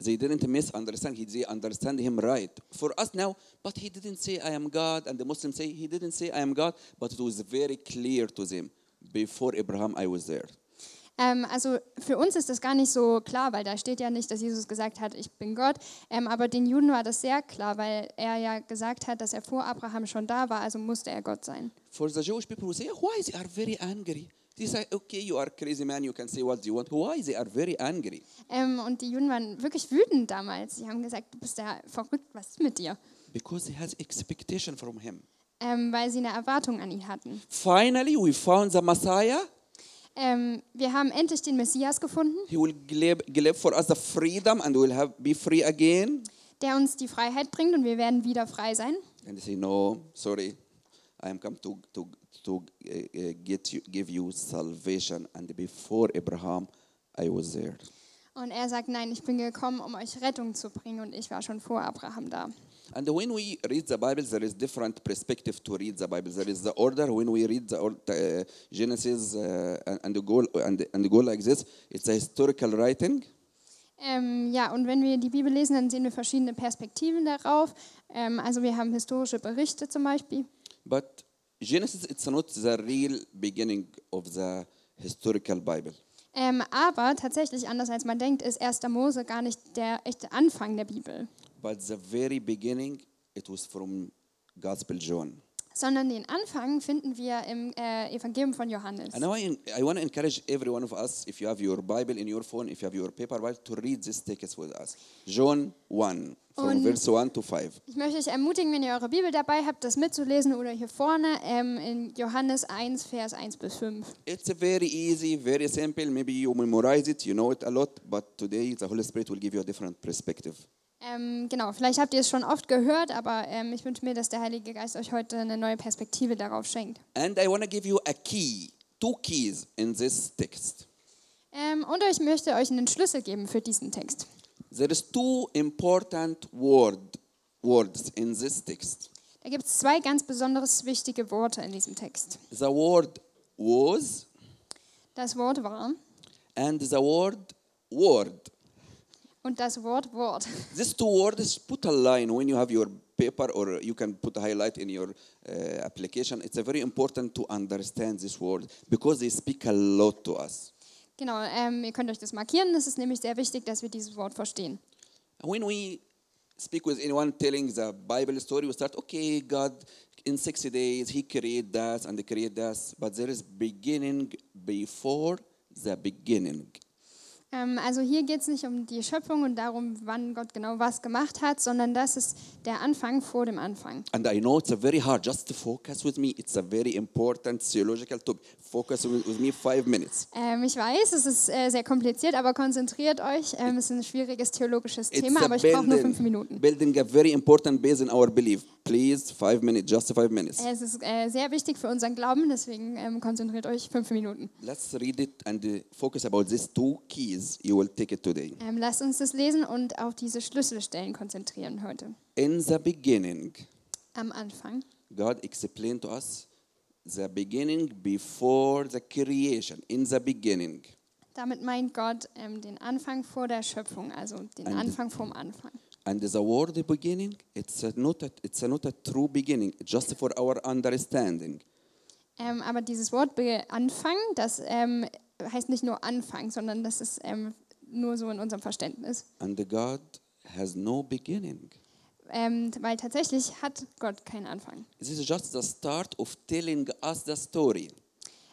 [SPEAKER 1] They didn't misunderstand. He- They understand him right. For us now, but he didn't say, I am God. And the Muslims say, he didn't say, I am God. But it was very clear to them. Before Abraham, I was there.
[SPEAKER 2] Ähm, also für uns ist das gar nicht so klar, weil da steht ja nicht, dass Jesus gesagt hat, ich bin Gott. Ähm, aber den Juden war das sehr klar, weil er ja gesagt hat, dass er vor Abraham schon da war, also musste er Gott sein.
[SPEAKER 1] for the Jewish people who say, why they are very angry? They say, okay, you are crazy man, you can say what you want. Why they are very angry?
[SPEAKER 2] Ähm, und die Juden waren wirklich wütend damals. Sie haben gesagt, du bist ja verrückt, was ist mit dir?
[SPEAKER 1] Because he has expectation from him.
[SPEAKER 2] Ähm, weil sie eine Erwartung an ihn hatten.
[SPEAKER 1] Finally, we found the Messiah.
[SPEAKER 2] Ähm, wir haben endlich den Messias gefunden,
[SPEAKER 1] He will give, give for us the freedom and we'll have, be free again.
[SPEAKER 2] der uns die Freiheit bringt und wir werden wieder frei sein.
[SPEAKER 1] And they say, no, sorry, I am come to, to, to uh, uh, get you, give you salvation. And before Abraham, I was there.
[SPEAKER 2] Und er sagt, nein, ich bin gekommen, um euch Rettung zu bringen und ich war schon vor Abraham da.
[SPEAKER 1] And when we read the Bible, there is different perspective to read the Bible. There is the order when we read the or, uh, Genesis uh, and, and go and, and go like this. It's a historical writing,
[SPEAKER 2] Ähm, ja, und wenn wir die Bibel lesen, dann sehen wir verschiedene Perspektiven darauf. Ähm, also wir haben historische Berichte zum Beispiel.
[SPEAKER 1] but Genesis it's not the real beginning of the historical Bible.
[SPEAKER 2] Ähm, aber tatsächlich, anders als man denkt, ist 1. Mose gar nicht der echte Anfang der Bibel,
[SPEAKER 1] But the very beginning, it was from Gospel John.
[SPEAKER 2] sondern den Anfang finden wir im äh, Evangelium von Johannes.
[SPEAKER 1] And now I, I want to encourage every one of us, if you have your Bible in your phone, if you have your paper Bible, to read this text with us. John 1, from
[SPEAKER 2] Und-
[SPEAKER 1] verse 1 to 5.
[SPEAKER 2] Ich möchte euch ermutigen, wenn ihr eure Bibel dabei habt, das mitzulesen oder hier vorne ähm, in Johannes 1, Vers 1 bis 5.
[SPEAKER 1] It's very easy, very simple. Maybe you memorize it, you know it a lot, but today the Holy Spirit will give you a different perspective.
[SPEAKER 2] Ähm, genau, vielleicht habt ihr es schon oft gehört, aber ähm, ich wünsche mir, dass der Heilige Geist euch heute eine neue Perspektive darauf schenkt.
[SPEAKER 1] And I want to give you a key, two keys in this text.
[SPEAKER 2] Ähm, und ich möchte euch einen Schlüssel geben für diesen Text.
[SPEAKER 1] There is two important word, words in this text.
[SPEAKER 2] Da gibt es zwei ganz besonders wichtige Worte in diesem Text.
[SPEAKER 1] The word was
[SPEAKER 2] Das Wort war
[SPEAKER 1] and the word word.
[SPEAKER 2] und das Wort Wort.
[SPEAKER 1] These two words, put a line when you have your paper or you can put a highlight in your uh, application. It's a very important to understand this word because they speak a lot to us.
[SPEAKER 2] Genau, ähm, ihr könnt euch das markieren. Es ist nämlich sehr wichtig, dass wir dieses Wort verstehen.
[SPEAKER 1] When we speak with anyone telling the Bible story, we start, okay, God, in 60 days, He created us and He created us. But there is beginning before the beginning.
[SPEAKER 2] Ähm, also hier geht es nicht um die Schöpfung und darum, wann Gott genau was gemacht hat, sondern das ist der Anfang vor dem Anfang.
[SPEAKER 1] And I know it's a very hard, just focus with me. It's a very important theological topic. Focus with, with me five minutes.
[SPEAKER 2] Ähm, ich weiß, es ist äh, sehr kompliziert, aber konzentriert euch. Ähm, es ist ein schwieriges theologisches
[SPEAKER 1] It's
[SPEAKER 2] Thema,
[SPEAKER 1] a
[SPEAKER 2] aber ich brauche nur fünf Minuten.
[SPEAKER 1] building a very important base in our belief. Please, five minutes, just five minutes.
[SPEAKER 2] Es ist äh, sehr wichtig für unseren Glauben, deswegen ähm, konzentriert euch fünf Minuten.
[SPEAKER 1] Let's read it and uh, focus about these two keys you will take it today.
[SPEAKER 2] Ähm, lasst uns das lesen und auf diese Schlüsselstellen konzentrieren heute.
[SPEAKER 1] In the beginning,
[SPEAKER 2] Am Anfang
[SPEAKER 1] God explained to us the beginning before the creation, in the beginning.
[SPEAKER 2] Damit meint Gott ähm, den Anfang vor der Schöpfung, also den
[SPEAKER 1] Ein-
[SPEAKER 2] Anfang vom Anfang.
[SPEAKER 1] And the word beginning, it's a not a, it's a not a true beginning, just for our understanding.
[SPEAKER 2] Ähm, aber dieses Wort be- Anfang, das ähm, heißt nicht nur Anfang, sondern das ist ähm, nur so in unserem Verständnis.
[SPEAKER 1] And God has no beginning.
[SPEAKER 2] Ähm, weil tatsächlich hat Gott keinen Anfang,
[SPEAKER 1] This is just the start of telling us the story.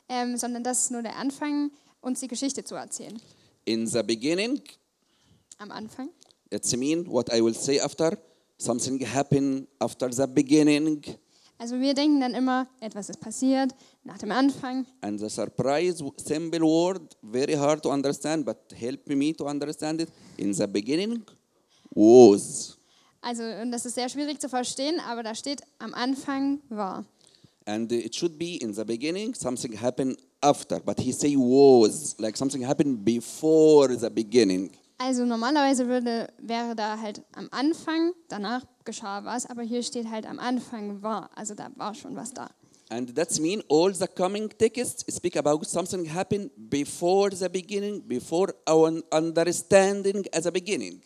[SPEAKER 2] ähm, sondern das ist nur der Anfang, uns die Geschichte zu erzählen.
[SPEAKER 1] In the beginning,
[SPEAKER 2] Am Anfang.
[SPEAKER 1] it's mean what I will say after. Something happened after the beginning,
[SPEAKER 2] Also wir denken dann immer, etwas ist passiert nach dem Anfang.
[SPEAKER 1] and the surprise simple word, very hard to understand, but help me to understand it. In the beginning was,
[SPEAKER 2] Also und das ist sehr schwierig zu verstehen, aber da steht, am Anfang war.
[SPEAKER 1] and it should be in the beginning. Something happened after, but he say was like something happened before the beginning.
[SPEAKER 2] Also normalerweise würde, wäre da halt am Anfang, danach geschah was, aber hier steht halt am Anfang war. Also da war schon was da.
[SPEAKER 1] And that's mean all the coming texts speak about something happened before the beginning, before our understanding as a beginning.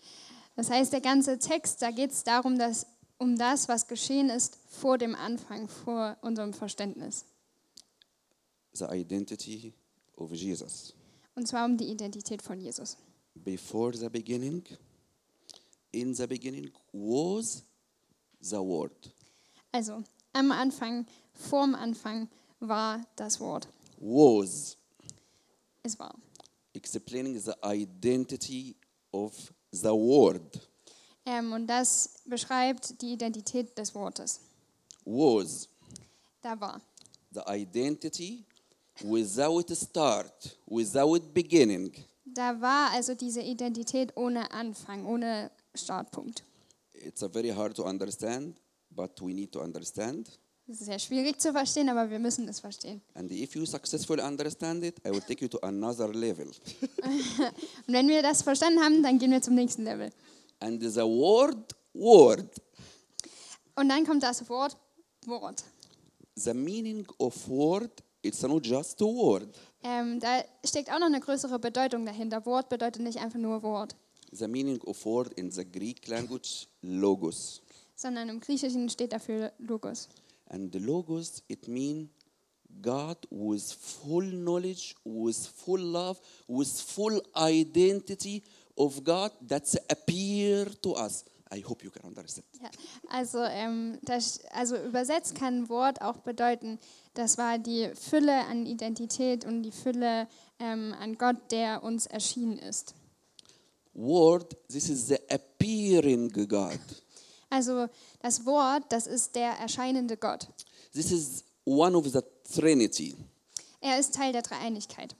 [SPEAKER 2] Das heißt, der ganze Text, da geht es darum, dass um das, was geschehen ist vor dem Anfang, vor unserem Verständnis.
[SPEAKER 1] The identity of Jesus.
[SPEAKER 2] Und zwar um die Identität von Jesus.
[SPEAKER 1] Before the beginning, in the beginning was the word.
[SPEAKER 2] Also am Anfang, vorm Anfang war das Wort.
[SPEAKER 1] Was
[SPEAKER 2] Es war.
[SPEAKER 1] explaining the identity of the word.
[SPEAKER 2] Ähm, und das beschreibt die Identität des Wortes.
[SPEAKER 1] Was
[SPEAKER 2] Da war.
[SPEAKER 1] the identity without start, without beginning.
[SPEAKER 2] Da war also diese Identität ohne Anfang, ohne Startpunkt.
[SPEAKER 1] it's a very hard to understand, but we need to understand.
[SPEAKER 2] Das ist sehr schwierig zu verstehen, aber wir müssen es verstehen.
[SPEAKER 1] And if you successfully understand it, I will take you to another level.
[SPEAKER 2] Und wenn wir das verstanden haben, dann gehen wir zum nächsten Level.
[SPEAKER 1] And the word, word,
[SPEAKER 2] Und dann kommt das Wort Wort.
[SPEAKER 1] the meaning of word, it's not just a word.
[SPEAKER 2] Ähm, da steckt auch noch eine größere Bedeutung dahinter. Wort bedeutet nicht einfach nur Wort,
[SPEAKER 1] The meaning of word in the Greek language, logos.
[SPEAKER 2] sondern im Griechischen steht dafür Logos.
[SPEAKER 1] And the logos, it means God with full knowledge, with full love, with full identity of God that's appear to us. I hope you can understand.
[SPEAKER 2] Ja, also, ähm, das, also übersetzt kann Wort auch bedeuten, das war die Fülle an Identität und die Fülle ähm, an Gott, der uns erschienen ist.
[SPEAKER 1] word, this is the appearing God.
[SPEAKER 2] Also das Wort, das ist der erscheinende Gott.
[SPEAKER 1] This is one of the Trinity,
[SPEAKER 2] Er ist Teil der Dreieinigkeit.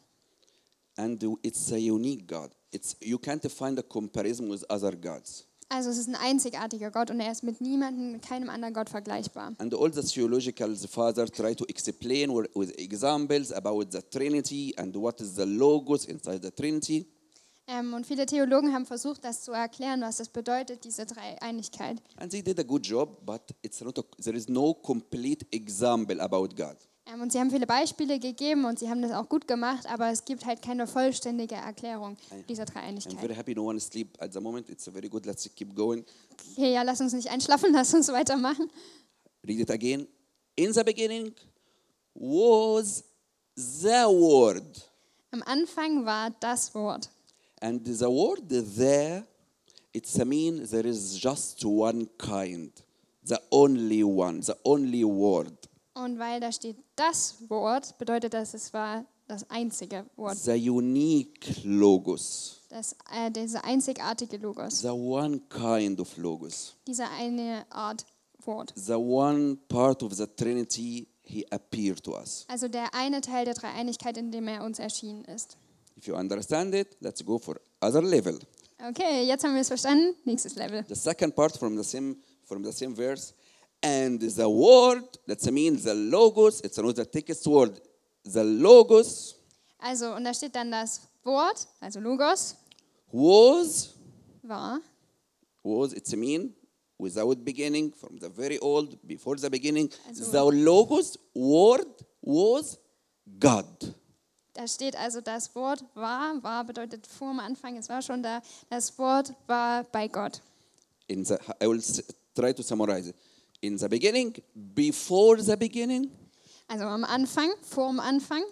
[SPEAKER 1] and it's a unique God. It's you can't find a comparison with other gods.
[SPEAKER 2] Also es ist ein einzigartiger Gott und er ist mit niemandem, mit keinem anderen Gott vergleichbar.
[SPEAKER 1] And all the theological fathers try to explain with- with examples about the Trinity and what is the logos inside the Trinity.
[SPEAKER 2] Ähm, und viele Theologen haben versucht, das zu erklären, was das bedeutet, diese Dreieinigkeit.
[SPEAKER 1] And they did a good job, but it's not a, there is no complete example about God.
[SPEAKER 2] Ähm, und sie haben viele Beispiele gegeben und sie haben das auch gut gemacht, aber es gibt halt keine vollständige Erklärung dieser
[SPEAKER 1] I'm very
[SPEAKER 2] Dreieinigkeit.
[SPEAKER 1] happy no one sleep at the moment. It's very good. Let's keep going.
[SPEAKER 2] Okay, ja, lass uns nicht einschlafen, lass uns weitermachen.
[SPEAKER 1] Read it again. In the beginning was the word.
[SPEAKER 2] Am Anfang war das Wort.
[SPEAKER 1] And the word there, it's a mean there is just one kind. The only one, the only word.
[SPEAKER 2] Und weil da steht das Wort, bedeutet das, es war das einzige Wort,
[SPEAKER 1] The unique logos.
[SPEAKER 2] das, äh, diese einzigartige Logos,
[SPEAKER 1] The one kind of logos.
[SPEAKER 2] diese eine Art Wort.
[SPEAKER 1] The one part of the Trinity he appeared to us.
[SPEAKER 2] Also der eine Teil der Dreieinigkeit, in dem er uns erschienen ist.
[SPEAKER 1] If you understand it, let's go for other level.
[SPEAKER 2] Okay, jetzt haben wir es verstanden. Nächstes Level.
[SPEAKER 1] The second part from the same from the same verse, and the word that's I mean the logos. It's another text word. The logos
[SPEAKER 2] Also, und da steht dann das Wort, also Logos,
[SPEAKER 1] was
[SPEAKER 2] war,
[SPEAKER 1] was it's I mean without beginning, from the very old, before the beginning.
[SPEAKER 2] Also-
[SPEAKER 1] the Logos, Word, was God.
[SPEAKER 2] Da steht also, das Wort war, war bedeutet vor dem Anfang, es war schon da, das Wort war bei Gott.
[SPEAKER 1] In the, I will s- try to summarize it. In the beginning, before the beginning,
[SPEAKER 2] Also am Anfang, vor dem Anfang,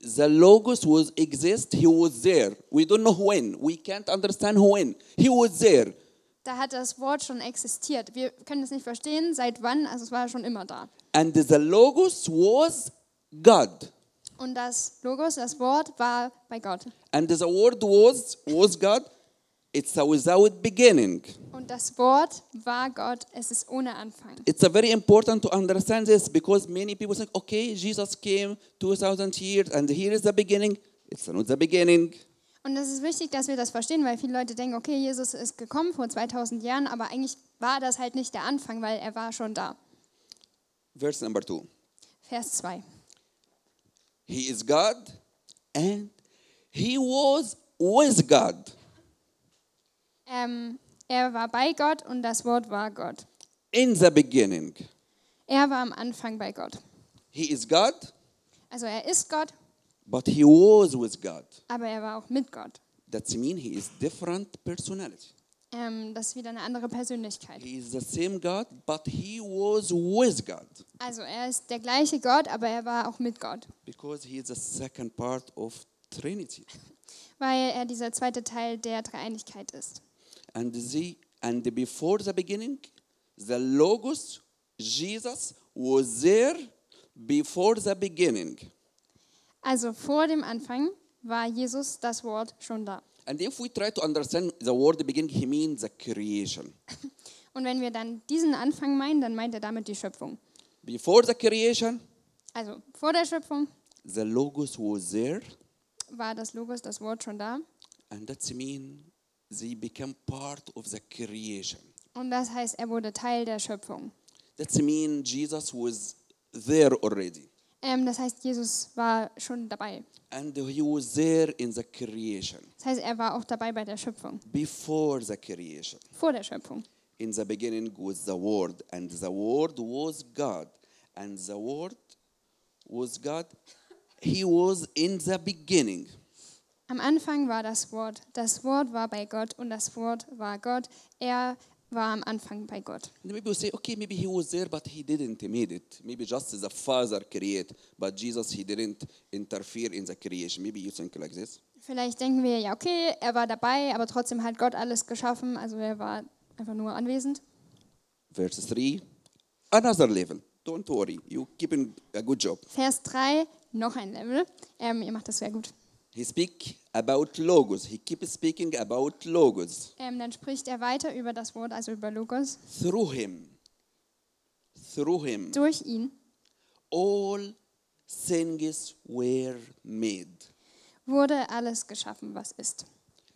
[SPEAKER 1] the logos was exist he was there we don't know when we can't understand when he was there
[SPEAKER 2] da hat das Wort schon existiert. Wir können es nicht verstehen, seit wann, also es war schon immer da.
[SPEAKER 1] and the logos was god
[SPEAKER 2] Und das Logos, das Wort war bei Gott.
[SPEAKER 1] and the word was was god it's a without beginning
[SPEAKER 2] Und das Wort war Gott, es ist ohne Anfang.
[SPEAKER 1] it's a very important to understand this because many people think okay jesus came 2000 years and here is the beginning it's not the beginning
[SPEAKER 2] Und es ist wichtig, dass wir das verstehen, weil viele Leute denken, okay, Jesus ist gekommen vor 2000 Jahren, aber eigentlich war das halt nicht der Anfang, weil er war schon da.
[SPEAKER 1] verse number 2
[SPEAKER 2] Vers 2.
[SPEAKER 1] he is god and he was with god
[SPEAKER 2] Ähm, er war bei Gott und das Wort war Gott.
[SPEAKER 1] in the beginning
[SPEAKER 2] Er war am Anfang bei Gott.
[SPEAKER 1] He is God,
[SPEAKER 2] Also er ist Gott,
[SPEAKER 1] but he was with God.
[SPEAKER 2] aber er war auch mit Gott.
[SPEAKER 1] That means he is different personality.
[SPEAKER 2] Ähm, das ist wieder eine andere Persönlichkeit.
[SPEAKER 1] He is the same God, but he was with God
[SPEAKER 2] Also er ist der gleiche Gott, aber er war auch mit Gott,
[SPEAKER 1] because he is the second part of Trinity.
[SPEAKER 2] weil er dieser zweite Teil der Dreieinigkeit ist.
[SPEAKER 1] And the and before the beginning, the Logos, Jesus, was there before the beginning.
[SPEAKER 2] Also vor dem Anfang war Jesus das Wort schon da.
[SPEAKER 1] And if we try to understand the word beginning, he means the creation.
[SPEAKER 2] Und wenn wir dann diesen Anfang meinen, dann meint er damit die Schöpfung.
[SPEAKER 1] Before the creation,
[SPEAKER 2] Also vor der Schöpfung
[SPEAKER 1] the Logos was there
[SPEAKER 2] war das Logos, das Wort schon da.
[SPEAKER 1] and that's mean they become part of the creation
[SPEAKER 2] Und das heißt, er wurde Teil der Schöpfung.
[SPEAKER 1] that's mean jesus was there already
[SPEAKER 2] Ähm, das heißt, Jesus war schon dabei.
[SPEAKER 1] and he was there in the creation
[SPEAKER 2] Das heißt, er war auch dabei bei der Schöpfung,
[SPEAKER 1] before the creation
[SPEAKER 2] vor der Schöpfung.
[SPEAKER 1] in the beginning was the word and the word was god and the word was god he was in the beginning
[SPEAKER 2] Am Anfang war das Wort. Das Wort war bei Gott und das Wort war Gott. Er war am Anfang bei Gott.
[SPEAKER 1] And maybe we say, okay, maybe he was there, but he didn't made it. Maybe just the Father create, but Jesus he didn't interfere in the creation. Maybe you think like this.
[SPEAKER 2] Vielleicht denken wir, ja, okay, er war dabei, aber trotzdem hat Gott alles geschaffen. Also er war einfach nur anwesend.
[SPEAKER 1] Verse three, another level. Don't worry, you keeping a good job.
[SPEAKER 2] Vers 3, noch ein Level. Ähm, ihr macht das sehr gut.
[SPEAKER 1] He speak about logos. He keep speaking about logos
[SPEAKER 2] Ähm, dann spricht er weiter über das Wort, also über Logos,
[SPEAKER 1] through him. Through him,
[SPEAKER 2] durch ihn.
[SPEAKER 1] all things were made.
[SPEAKER 2] Wurde alles geschaffen, was ist.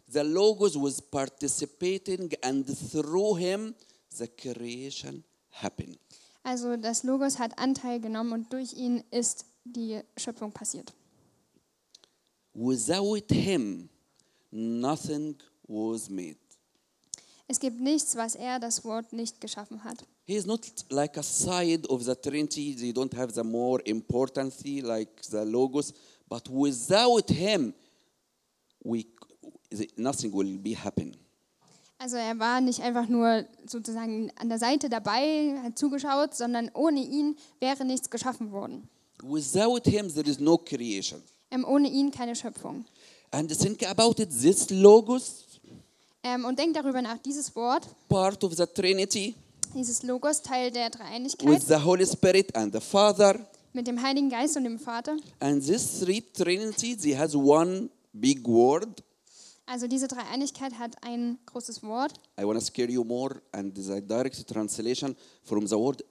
[SPEAKER 1] The Logos was participating, and through him, the creation happened.
[SPEAKER 2] Also das Logos hat Anteil genommen und durch ihn ist die Schöpfung passiert.
[SPEAKER 1] Without him, nothing was made.
[SPEAKER 2] Es gibt nichts, was er, das Wort, nicht geschaffen hat.
[SPEAKER 1] He is not like a side of the Trinity. They don't have the more important thing like the Logos, but without him, we the- nothing will be happen.
[SPEAKER 2] Also er war nicht einfach nur sozusagen an der Seite dabei, hat zugeschaut, sondern ohne ihn wäre nichts geschaffen worden.
[SPEAKER 1] Without him, there is no creation.
[SPEAKER 2] Ähm, ohne ihn keine Schöpfung.
[SPEAKER 1] And think about it. This Logos,
[SPEAKER 2] Ähm, und denkt darüber nach, dieses Wort,
[SPEAKER 1] part of the Trinity.
[SPEAKER 2] dieses Logos, Teil der Dreieinigkeit,
[SPEAKER 1] with the Holy Spirit and the Father.
[SPEAKER 2] mit dem Heiligen Geist und dem Vater.
[SPEAKER 1] And these three trinities, he has one big word.
[SPEAKER 2] Also diese Dreieinigkeit hat ein großes Wort.
[SPEAKER 1] I want to scare you more. And the direct translation from the word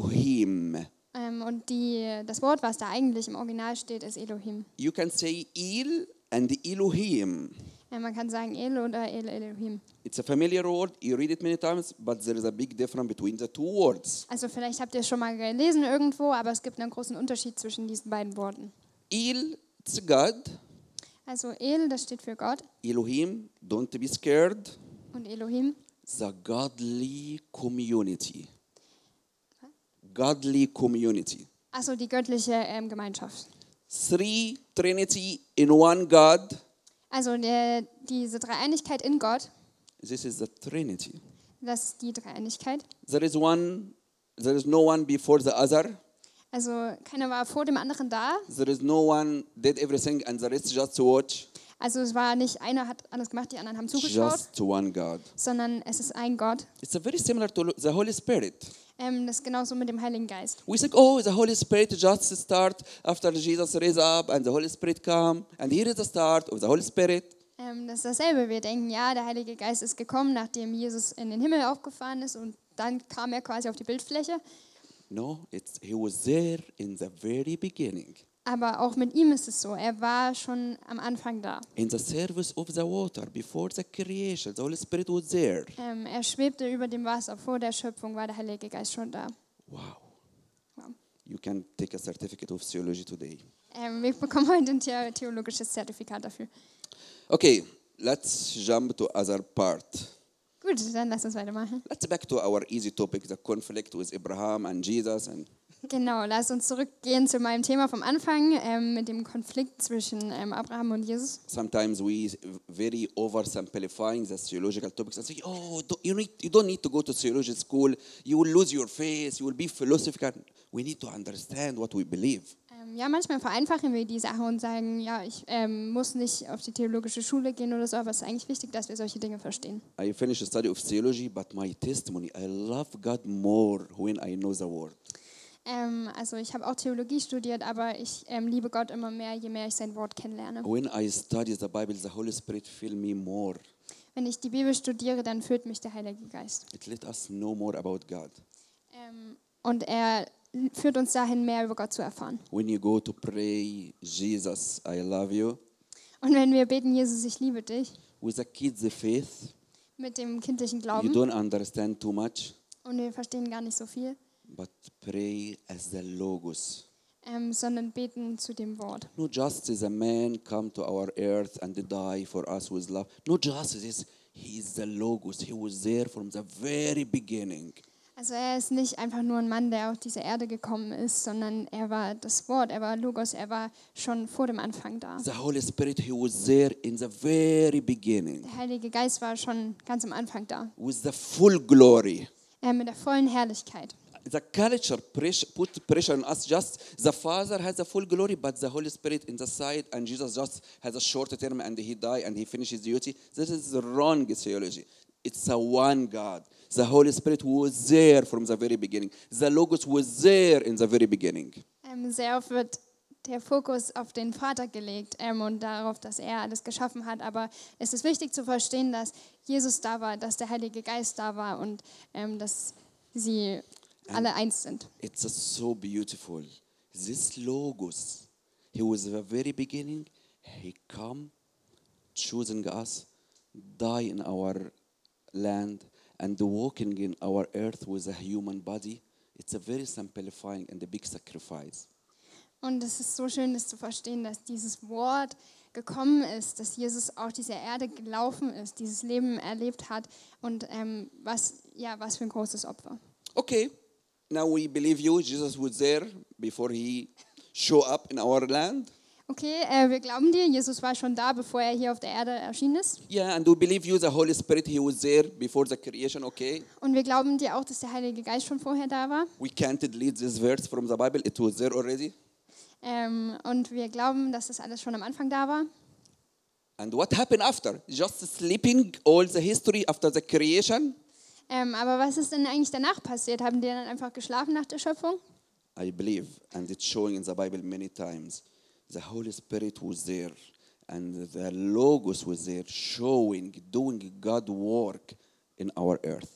[SPEAKER 1] Elohim.
[SPEAKER 2] Ähm, und die, das Wort, was da eigentlich im Original steht, ist Elohim.
[SPEAKER 1] You can say El and Elohim.
[SPEAKER 2] Ja, man kann sagen El oder El Elohim.
[SPEAKER 1] It's a familiar word. You read it many times, but there is a big difference between the two words.
[SPEAKER 2] Also vielleicht habt ihr es schon mal gelesen irgendwo, aber es gibt einen großen Unterschied zwischen diesen beiden Worten.
[SPEAKER 1] El, it's God.
[SPEAKER 2] Also El, das steht für Gott
[SPEAKER 1] Elohim, don't be scared.
[SPEAKER 2] und Elohim.
[SPEAKER 1] the godly community. Godly community.
[SPEAKER 2] Achso, also die göttliche ähm, Gemeinschaft.
[SPEAKER 1] Three Trinity in one God.
[SPEAKER 2] Also der, diese Dreieinigkeit in Gott,
[SPEAKER 1] This is the Trinity.
[SPEAKER 2] das ist die Dreieinigkeit.
[SPEAKER 1] There is one, there is no one before the other.
[SPEAKER 2] Also keiner war vor dem anderen da.
[SPEAKER 1] There is no one did everything and the rest just watch.
[SPEAKER 2] Also es war nicht einer hat alles gemacht, die anderen haben zugeschaut,
[SPEAKER 1] Just one God.
[SPEAKER 2] sondern es ist ein Gott.
[SPEAKER 1] It's a very similar to the Holy Spirit.
[SPEAKER 2] Ähm, das ist genauso mit dem Heiligen Geist.
[SPEAKER 1] We think, oh, the Holy Spirit just start after Jesus raised up and the Holy Spirit come. And here is the start of the Holy Spirit.
[SPEAKER 2] Ähm, das ist dasselbe. Wir denken, ja, der Heilige Geist ist gekommen, nachdem Jesus in den Himmel aufgefahren ist und dann kam er quasi auf die Bildfläche.
[SPEAKER 1] No, it's, he was there in the very beginning,
[SPEAKER 2] Aber auch mit ihm ist es so. Er war schon am Anfang da.
[SPEAKER 1] in the service of the water, before the creation. The Holy Spirit was there.
[SPEAKER 2] Ähm, er schwebte über dem Wasser. Vor der Schöpfung war der Heilige Geist schon da.
[SPEAKER 1] Wow.
[SPEAKER 2] Wow.
[SPEAKER 1] You can take a certificate of theology today.
[SPEAKER 2] Ähm, wir bekommen heute ein the theologisches Zertifikat dafür.
[SPEAKER 1] Okay, let's jump to other part.
[SPEAKER 2] Gut, dann lass uns weitermachen.
[SPEAKER 1] Let's back to our easy topic, the conflict with Abraham and Jesus. And
[SPEAKER 2] Genau, lass uns zurückgehen zu meinem Thema vom Anfang ähm, mit dem Konflikt zwischen ähm, Abraham und Jesus.
[SPEAKER 1] sometimes we very oversimplifying the theological topics and say, oh, do you, need, you don't need to go to theology school. You will lose your faith. You will be philosophical. We need to understand what we believe.
[SPEAKER 2] Ähm, ja, manchmal vereinfachen wir die Sache und sagen, ja, ich ähm, muss nicht auf die theologische Schule gehen oder so, aber es ist eigentlich wichtig, dass wir solche Dinge verstehen.
[SPEAKER 1] I finished the study of theology, but my testimony, I love God more when I know the word.
[SPEAKER 2] Ähm, also ich habe auch Theologie studiert, aber ich ähm, liebe Gott immer mehr, je mehr ich sein Wort kennenlerne.
[SPEAKER 1] When I study the Bible, the Holy Spirit fill me more.
[SPEAKER 2] Wenn ich die Bibel studiere, dann führt mich der Heilige Geist.
[SPEAKER 1] It let us know more about God.
[SPEAKER 2] Ähm, und er führt uns dahin, mehr über Gott zu erfahren.
[SPEAKER 1] When you go to pray, Jesus, I love you,
[SPEAKER 2] Und wenn wir beten, Jesus, ich liebe dich,
[SPEAKER 1] with a kid's faith,
[SPEAKER 2] mit dem kindlichen
[SPEAKER 1] you
[SPEAKER 2] Glauben,
[SPEAKER 1] don't understand too much,
[SPEAKER 2] und wir verstehen gar nicht so viel,
[SPEAKER 1] but pray as the Logos.
[SPEAKER 2] ähm, sondern beten zu dem Wort.
[SPEAKER 1] Not just as a man come to our earth and die for us with love. Not just this, he is the Logos. He was there from the very beginning.
[SPEAKER 2] Also er ist nicht einfach nur ein Mann, der auf diese Erde gekommen ist, sondern er war das Wort, er war Logos, er war schon vor dem Anfang da.
[SPEAKER 1] The Holy Spirit, He was there in the very beginning
[SPEAKER 2] Der Heilige Geist war schon ganz am Anfang da,
[SPEAKER 1] with the full glory.
[SPEAKER 2] äh, mit der vollen Herrlichkeit.
[SPEAKER 1] The culture press, put pressure on us. Just the Father has the full glory, but the Holy Spirit in the side, and Jesus just has a short term, and He die and He finishes duty. This is the wrong theology. It's a one God. The Holy Spirit was there from the very beginning. The Logos was there in the very beginning.
[SPEAKER 2] Ähm, sehr oft wird der Fokus auf den Vater gelegt ähm, und darauf, dass er alles geschaffen hat. Aber es ist wichtig zu verstehen, dass Jesus da war, dass der Heilige Geist da war und ähm, dass sie alle eins sind.
[SPEAKER 1] It's uh, so beautiful. This logos, he was the very beginning. He come, choosing us, die in our land, and walking in our earth with a human body. It's a very simplifying and a big sacrifice.
[SPEAKER 2] Und es ist so schön, das zu verstehen, dass dieses Wort gekommen ist, dass Jesus auf dieser Erde gelaufen ist, dieses Leben erlebt hat und ähm, was, ja, was für ein großes Opfer.
[SPEAKER 1] Okay, now we believe you. Jesus was there before he show up in our land.
[SPEAKER 2] Okay, äh, wir glauben dir, Jesus war schon da, bevor er hier auf der Erde erschienen ist.
[SPEAKER 1] Yeah, and we believe you, the Holy Spirit, he was there before the creation. Okay.
[SPEAKER 2] Und wir glauben dir auch, dass der Heilige Geist schon vorher da war.
[SPEAKER 1] We can't delete this verse from the Bible. It was there already.
[SPEAKER 2] Ähm, und wir glauben, dass das alles schon am Anfang da war.
[SPEAKER 1] And what happened after? Just sleeping all the history after the creation?
[SPEAKER 2] Ähm, aber was ist denn eigentlich danach passiert? Haben die dann einfach geschlafen nach der Schöpfung?
[SPEAKER 1] I believe, and it's showing in the Bible many times, the Holy Spirit was there and the Logos was there, showing, doing God work in our earth.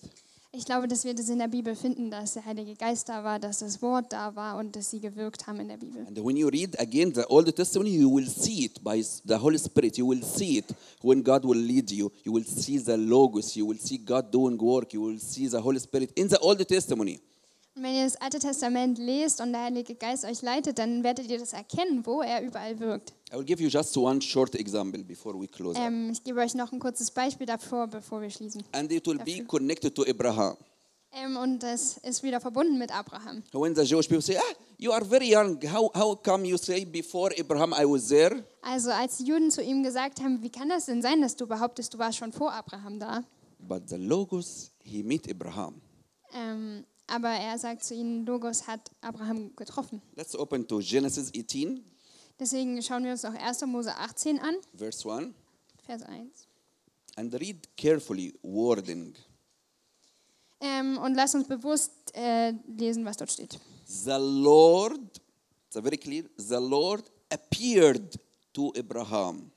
[SPEAKER 2] Ich glaube, dass wir das in der Bibel finden, dass der Heilige Geist da war, dass das Wort da war und dass sie gewirkt haben in der Bibel.
[SPEAKER 1] And when you read again the Old Testament, you will see it by the Holy Spirit. You will see it when God will lead you. You will see the Logos. You will see God doing work. You will see the Holy Spirit in the Old Testament.
[SPEAKER 2] Und wenn ihr das Alte Testament lest und der Heilige Geist euch leitet, dann werdet ihr das erkennen, wo er überall wirkt.
[SPEAKER 1] I will give you just one short example before we close. up.
[SPEAKER 2] Ähm, ich gebe euch noch ein kurzes Beispiel davor, bevor wir schließen.
[SPEAKER 1] And it will be connected to Abraham.
[SPEAKER 2] Ähm, und das ist wieder verbunden mit Abraham.
[SPEAKER 1] When the Jewish people say, ah, you are very young. How, how come you say before Abraham I was there?
[SPEAKER 2] Also als die Juden zu ihm gesagt haben, wie kann das denn sein, dass du behauptest, du warst schon vor Abraham da?
[SPEAKER 1] But the Logos, he met Abraham.
[SPEAKER 2] Ähm, aber er sagt zu ihnen, Logos hat Abraham getroffen.
[SPEAKER 1] Let's open to Genesis 18,
[SPEAKER 2] Deswegen schauen wir uns noch 1. Mose 18 an,
[SPEAKER 1] verse 1,
[SPEAKER 2] Vers 1.
[SPEAKER 1] and read carefully wording.
[SPEAKER 2] Ähm, und lasst uns bewusst äh, lesen, was dort steht.
[SPEAKER 1] The Lord, it's a very clear, the Lord appeared to Abraham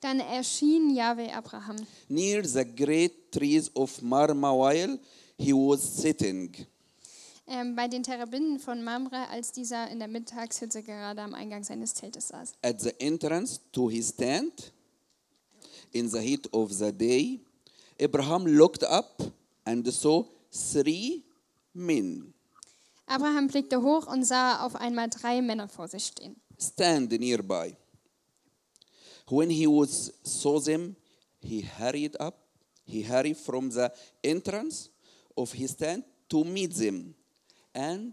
[SPEAKER 2] Dann erschien Jahwe Abraham
[SPEAKER 1] near the great trees of Marma while he was sitting.
[SPEAKER 2] ähm, bei den Terebinden von Mamre, als dieser in der Mittagshitze gerade am Eingang seines Zeltes saß.
[SPEAKER 1] at the entrance to his tent in the heat of the day, Abraham looked up and saw three men
[SPEAKER 2] Abraham blickte hoch und sah auf einmal drei Männer vor sich stehen.
[SPEAKER 1] stand nearby. When he was saw them, he hurried up, he hurried from the entrance of his tent to meet them, and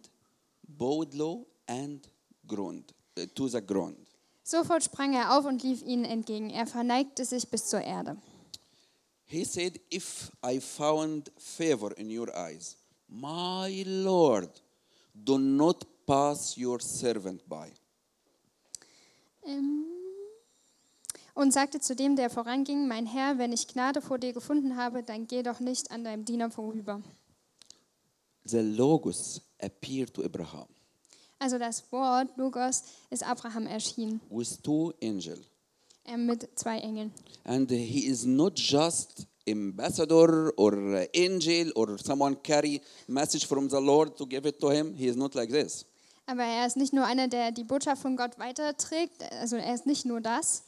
[SPEAKER 1] bowed low and groaned uh, to the ground.
[SPEAKER 2] Sofort sprang er auf und lief ihnen entgegen. Er verneigte sich bis zur Erde.
[SPEAKER 1] He said, If I found favor in your eyes, my Lord, do not pass your servant by.
[SPEAKER 2] Ähm, Und sagte zu dem, der voranging, mein Herr, wenn ich Gnade vor dir gefunden habe, dann geh doch nicht an deinem Diener vorüber.
[SPEAKER 1] The Logos appeared to Abraham
[SPEAKER 2] Also das Wort Logos ist Abraham erschienen
[SPEAKER 1] with two angels.
[SPEAKER 2] äh, mit zwei Engeln.
[SPEAKER 1] And he is not just ambassador or angel or someone carry message from the Lord to give it to him. He is not like this.
[SPEAKER 2] Aber er ist nicht nur einer, der die Botschaft von Gott weiterträgt, also er ist nicht nur das,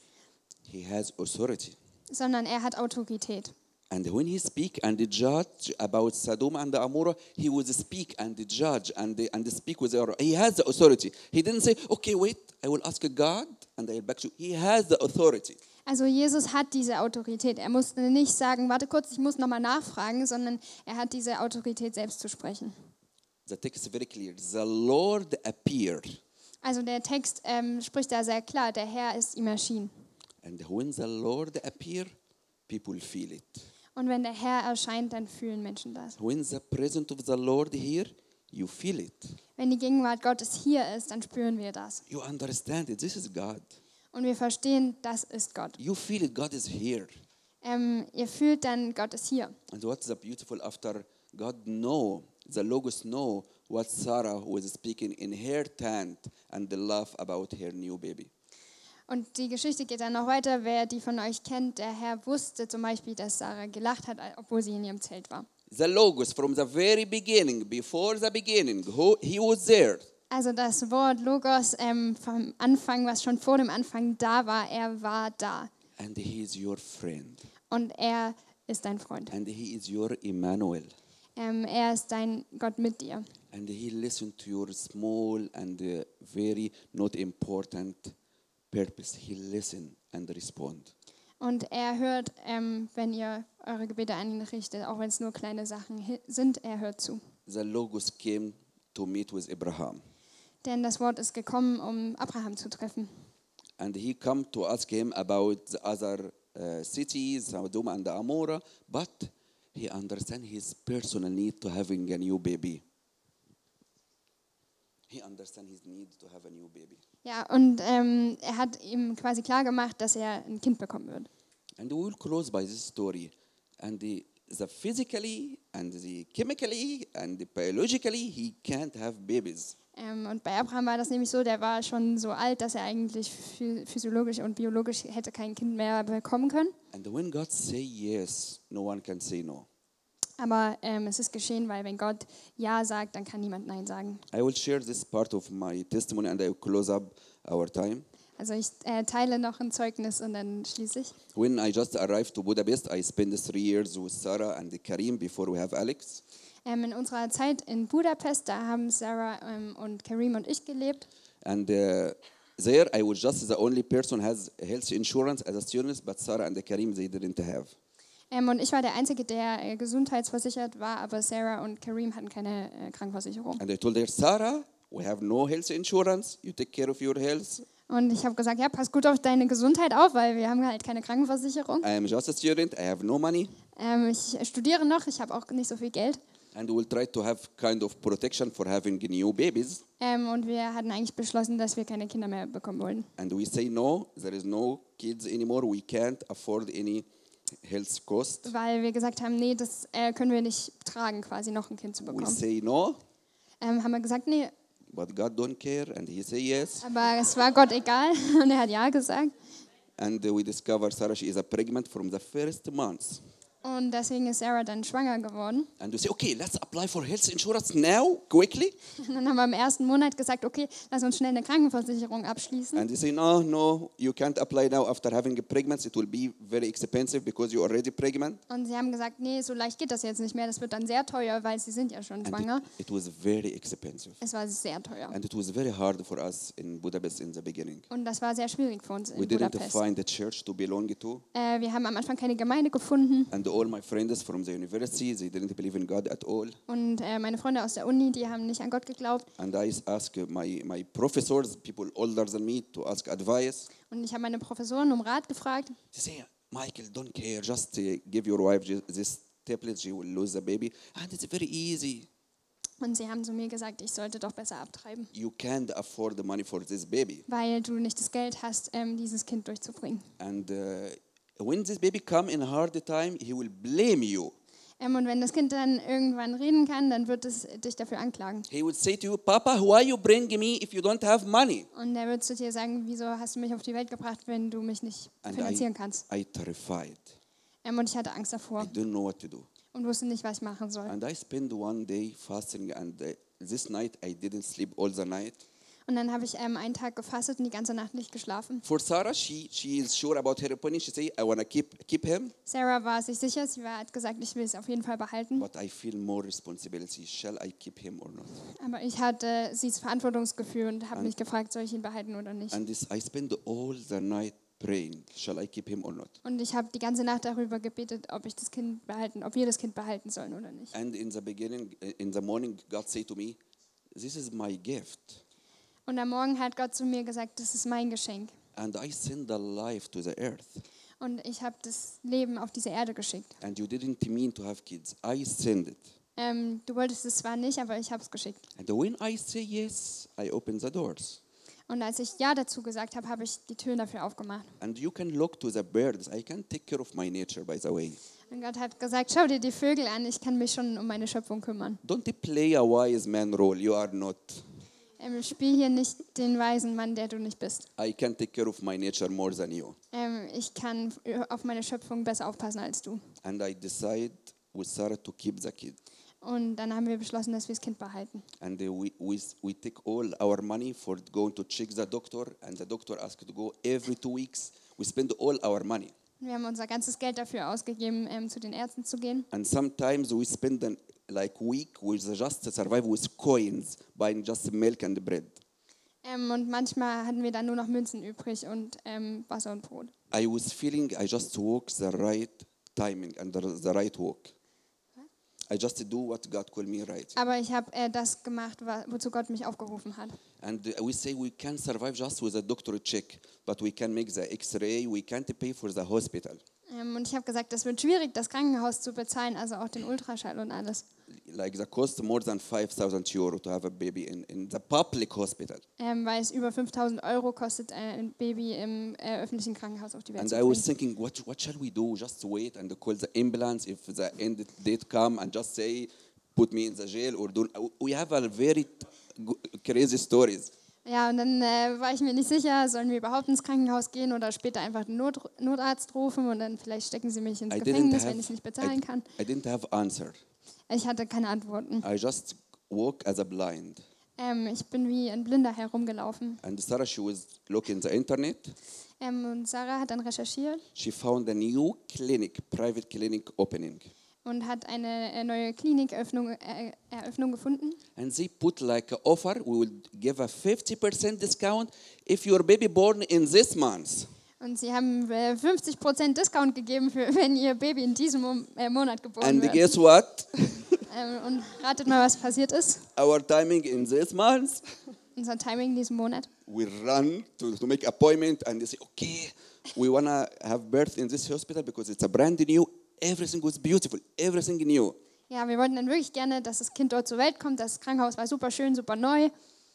[SPEAKER 1] He has authority.
[SPEAKER 2] sondern er hat Autorität.
[SPEAKER 1] And when he speak and judge about Sodom and Amora, he would speak and judge and, and speak with her. He has the authority. He didn't say, okay, wait, I will ask God and I will back you. He has the authority.
[SPEAKER 2] Also Jesus hat diese Autorität. Er musste nicht sagen, warte kurz, ich muss nochmal nachfragen, sondern er hat diese Autorität selbst zu sprechen.
[SPEAKER 1] The text is very clear. The Lord appeared.
[SPEAKER 2] Also der Text ähm, spricht da sehr klar, der Herr ist ihm erschienen.
[SPEAKER 1] And when the Lord appear, people feel it.
[SPEAKER 2] Und wenn der Herr erscheint, dann fühlen Menschen das.
[SPEAKER 1] When the presence of the Lord here, you feel it.
[SPEAKER 2] Wenn die Gegenwart Gottes hier ist, dann spüren wir das.
[SPEAKER 1] You understand it. This is God.
[SPEAKER 2] Und wir verstehen, das ist Gott.
[SPEAKER 1] You feel it. God is here.
[SPEAKER 2] Ähm, ihr fühlt dann, Gott ist hier.
[SPEAKER 1] And what's the beautiful after God know, the Logos know what Sarah was speaking in her tent and the love about her new baby.
[SPEAKER 2] Und die Geschichte geht dann noch weiter. Wer die von euch kennt, der Herr wusste zum Beispiel, dass Sarah gelacht hat, obwohl sie in ihrem Zelt war.
[SPEAKER 1] The Logos from the very beginning, before the beginning, who he was there.
[SPEAKER 2] Also das Wort Logos ähm, vom Anfang, was schon vor dem Anfang da war, er war da.
[SPEAKER 1] And he is your friend.
[SPEAKER 2] Und er ist dein Freund.
[SPEAKER 1] And he is your Emmanuel.
[SPEAKER 2] Ähm, er ist dein Gott mit dir.
[SPEAKER 1] And he listened to your small and uh, very not important purpose. He listen and respond.
[SPEAKER 2] Und er hört, ähm, wenn ihr eure Gebete anrichtet, auch wenn es nur kleine Sachen hi- sind, er hört zu.
[SPEAKER 1] The Logos came to meet with Abraham.
[SPEAKER 2] Denn das Wort ist gekommen, um Abraham zu treffen.
[SPEAKER 1] and he come to ask him about the other uh, cities, Sodom and Amora, but he understand his personal need to having a new baby. He understand his need to have a new baby.
[SPEAKER 2] Ja, und ähm, er hat ihm quasi klar gemacht, dass er ein Kind bekommen wird.
[SPEAKER 1] And we will close by this story. And the, the physically and the chemically and the biologically, he can't have babies.
[SPEAKER 2] Ähm, und bei Abraham war das nämlich so, der war schon so alt, dass er eigentlich phy- physiologisch und biologisch hätte kein Kind mehr bekommen können.
[SPEAKER 1] And when God say yes, no one can say no.
[SPEAKER 2] Aber ähm, es ist geschehen, weil wenn Gott Ja sagt, dann kann niemand Nein sagen.
[SPEAKER 1] I will share this part of my testimony and I will close up our time.
[SPEAKER 2] Also ich äh, teile noch ein Zeugnis und dann schließe ich.
[SPEAKER 1] When I just arrived to Budapest, I spent three years with Sarah and Karim before we have Alex.
[SPEAKER 2] Ähm, in unserer Zeit in Budapest, da haben Sarah ähm, und Karim und ich gelebt.
[SPEAKER 1] And uh, there, I was just the only person has health insurance as a student, but Sarah and Karim, they didn't have.
[SPEAKER 2] Ähm, und ich war der Einzige, der äh, gesundheitsversichert war, aber Sarah und Karim hatten keine äh, Krankenversicherung.
[SPEAKER 1] And I told her, Sarah, we have no health insurance. You take care of your health.
[SPEAKER 2] Und ich habe gesagt, ja, pass gut auf deine Gesundheit auf, weil wir haben halt keine Krankenversicherung.
[SPEAKER 1] I am just a student. I have no money.
[SPEAKER 2] Ähm, ich studiere noch, ich habe auch nicht so viel Geld.
[SPEAKER 1] And we'll try to have kind of protection for having new babies.
[SPEAKER 2] Ähm, und wir hatten eigentlich beschlossen, dass wir keine Kinder mehr bekommen wollen.
[SPEAKER 1] And we say, no, there is no kids anymore. We can't afford any health cost.
[SPEAKER 2] Weil wir gesagt haben, nee, das äh, können wir nicht tragen, quasi noch ein Kind zu
[SPEAKER 1] We
[SPEAKER 2] bekommen.
[SPEAKER 1] say no,
[SPEAKER 2] Ähm, haben wir gesagt, nee,
[SPEAKER 1] but God don't care. And he say yes.
[SPEAKER 2] aber es war Gott egal und er hat ja gesagt.
[SPEAKER 1] And uh, we discover Sarah, she is a pregnant from the first month.
[SPEAKER 2] Und deswegen ist Sarah dann schwanger geworden.
[SPEAKER 1] And we say, okay, let's apply for health insurance now, quickly.
[SPEAKER 2] Und dann haben wir im ersten Monat gesagt, okay, lass uns schnell eine Krankenversicherung abschließen.
[SPEAKER 1] And they say, no, no, you can't apply now after having a pregnancy. It will be very expensive because you're already pregnant.
[SPEAKER 2] Und sie haben gesagt, nee, so leicht geht das jetzt nicht mehr. Das wird dann sehr teuer, weil sie sind ja schon
[SPEAKER 1] And
[SPEAKER 2] schwanger.
[SPEAKER 1] it, it was very expensive.
[SPEAKER 2] Es war sehr teuer.
[SPEAKER 1] And it was very hard for us in Budapest in the beginning.
[SPEAKER 2] Und das war sehr schwierig für uns
[SPEAKER 1] We
[SPEAKER 2] in
[SPEAKER 1] didn't
[SPEAKER 2] Budapest.
[SPEAKER 1] find a church to belong to.
[SPEAKER 2] Äh, wir haben am Anfang keine Gemeinde gefunden.
[SPEAKER 1] And all my friends from the university, they didn't believe in God at all.
[SPEAKER 2] Und äh, meine Freunde aus der Uni, die haben nicht an Gott geglaubt.
[SPEAKER 1] And I asked my, my professors, people older than me, to ask advice.
[SPEAKER 2] Und ich habe meine Professoren um Rat gefragt.
[SPEAKER 1] They say, Michael, don't care. Just uh, give your wife ju- this tablet. She will lose the baby. And it's very easy.
[SPEAKER 2] Und sie haben zu mir gesagt, ich sollte doch besser abtreiben,
[SPEAKER 1] You can't afford the money for this baby.
[SPEAKER 2] weil du nicht das Geld hast, ähm, dieses Kind durchzubringen.
[SPEAKER 1] And uh, when this baby come in hard time, he will blame you.
[SPEAKER 2] Ähm, und wenn das Kind dann irgendwann reden kann, dann wird es dich dafür anklagen.
[SPEAKER 1] He would say to you, Papa, why you bring me if you don't have money?
[SPEAKER 2] Und er wird zu dir sagen, wieso hast du mich auf die Welt gebracht, wenn du mich nicht
[SPEAKER 1] And
[SPEAKER 2] finanzieren
[SPEAKER 1] I,
[SPEAKER 2] kannst.
[SPEAKER 1] I terrified.
[SPEAKER 2] Ähm, und ich hatte Angst
[SPEAKER 1] I
[SPEAKER 2] davor
[SPEAKER 1] didn't know what to do.
[SPEAKER 2] und wusste nicht, was ich machen soll.
[SPEAKER 1] And I spent one day fasting, and uh, this night I didn't sleep all the night.
[SPEAKER 2] Und dann habe ich ähm, einen Tag gefastet und die ganze Nacht nicht geschlafen.
[SPEAKER 1] For Sarah, she she is sure about her opinion. She say, I wanna keep keep him,
[SPEAKER 2] Sarah war sich sicher, sie war, hat gesagt, ich will es auf jeden Fall behalten.
[SPEAKER 1] but I feel more responsibility. Shall I keep him or not?
[SPEAKER 2] Aber ich hatte sie das Verantwortungsgefühl und habe mich gefragt, soll ich ihn behalten oder nicht.
[SPEAKER 1] And this I spend all the night praying. Shall I keep him or not?
[SPEAKER 2] Und ich habe die ganze Nacht darüber gebetet, ob ich das Kind behalten, ob wir das Kind behalten sollen oder nicht.
[SPEAKER 1] And in the beginning, in the morning, God say to me, "This is my gift."
[SPEAKER 2] Und am Morgen hat Gott zu mir gesagt, das ist mein Geschenk.
[SPEAKER 1] And I send the life to the earth.
[SPEAKER 2] Und ich habe das Leben auf diese Erde geschickt.
[SPEAKER 1] And you didn't mean to have kids. I send it.
[SPEAKER 2] Ähm, du wolltest es zwar nicht, aber ich habe es geschickt.
[SPEAKER 1] And when I say yes, I open the doors.
[SPEAKER 2] Und als ich Ja dazu gesagt habe, habe ich die Türen dafür aufgemacht.
[SPEAKER 1] And you can look to the birds. I can take care of my nature, by the way.
[SPEAKER 2] Und Gott hat gesagt, schau dir die Vögel an, ich kann mich schon um meine Schöpfung kümmern.
[SPEAKER 1] Don't play a wise man role. You are not.
[SPEAKER 2] Ähm, spiel hier nicht den weisen Mann, der du nicht bist.
[SPEAKER 1] I can take care of my nature more than you.
[SPEAKER 2] Ähm, ich kann auf meine Schöpfung besser aufpassen als du.
[SPEAKER 1] And I decide with Sarah to keep the kid.
[SPEAKER 2] Und dann haben wir beschlossen, dass wir das Kind behalten.
[SPEAKER 1] And uh, we, we, we take all our money for going to check the doctor. And the doctor asked to go every two weeks. We spend all our money.
[SPEAKER 2] Wir haben unser ganzes Geld dafür ausgegeben, ähm, zu den Ärzten zu gehen.
[SPEAKER 1] And sometimes we spend an, like week with just to survive with coins, buying just milk and bread.
[SPEAKER 2] Ähm, und manchmal hatten wir dann nur noch Münzen übrig und ähm, Wasser und Brot.
[SPEAKER 1] I was feeling I just walk the right timing and the, the right walk. I just do what God called me right.
[SPEAKER 2] Aber ich habe äh, das gemacht, wa- wozu Gott mich aufgerufen hat.
[SPEAKER 1] And uh, we say we can survive just with a doctor check, but we can make the X-ray. We can't pay for the hospital.
[SPEAKER 2] Ähm, und ich habe gesagt, das wird schwierig, das Krankenhaus zu bezahlen, also auch den Ultraschall und alles.
[SPEAKER 1] Like the cost more than five thousand euro to have a baby in, in the public hospital.
[SPEAKER 2] Ähm, weil es über 5000 Euro kostet, äh, ein Baby im äh, öffentlichen Krankenhaus auf die Welt
[SPEAKER 1] And
[SPEAKER 2] zu
[SPEAKER 1] I was
[SPEAKER 2] bringen.
[SPEAKER 1] thinking, what, what shall we do? Just wait and call the ambulance if the end date come and just say, put me in the jail or do. We have a very t- g- crazy stories.
[SPEAKER 2] Ja, und dann äh, war ich mir nicht sicher, sollen wir überhaupt ins Krankenhaus gehen oder später einfach den Not Notarzt rufen und dann vielleicht stecken sie mich ins
[SPEAKER 1] I didn't
[SPEAKER 2] Gefängnis,
[SPEAKER 1] have,
[SPEAKER 2] wenn ich nicht
[SPEAKER 1] I,
[SPEAKER 2] bezahlen kann.
[SPEAKER 1] I didn't have answer.
[SPEAKER 2] Ich hatte keine Antworten.
[SPEAKER 1] I just walk as a blind.
[SPEAKER 2] Ähm, ich bin wie ein Blinder herumgelaufen.
[SPEAKER 1] And Sarah, she was looking the internet.
[SPEAKER 2] Ähm, und Sarah hat dann recherchiert
[SPEAKER 1] She found a new clinic, private clinic opening.
[SPEAKER 2] und hat eine äh, neue Kliniköffnung äh, Eröffnung gefunden.
[SPEAKER 1] And they put like an offer, we will give a 50% discount if your baby born in this month.
[SPEAKER 2] Und sie haben äh, 50% Discount gegeben, für, wenn ihr Baby in diesem Mo äh, Monat geboren
[SPEAKER 1] And
[SPEAKER 2] wird.
[SPEAKER 1] guess what?
[SPEAKER 2] Ähm, und ratet mal, was passiert ist.
[SPEAKER 1] Our timing in this month,
[SPEAKER 2] Unser Timing diesen Monat.
[SPEAKER 1] we run to, to make appointment and they say, okay, we want to have birth in this hospital because it's a brand new, everything was beautiful, everything new.
[SPEAKER 2] Ja, wir wollten dann wirklich gerne, dass das Kind dort zur Welt kommt. Das Krankenhaus war super schön, super neu.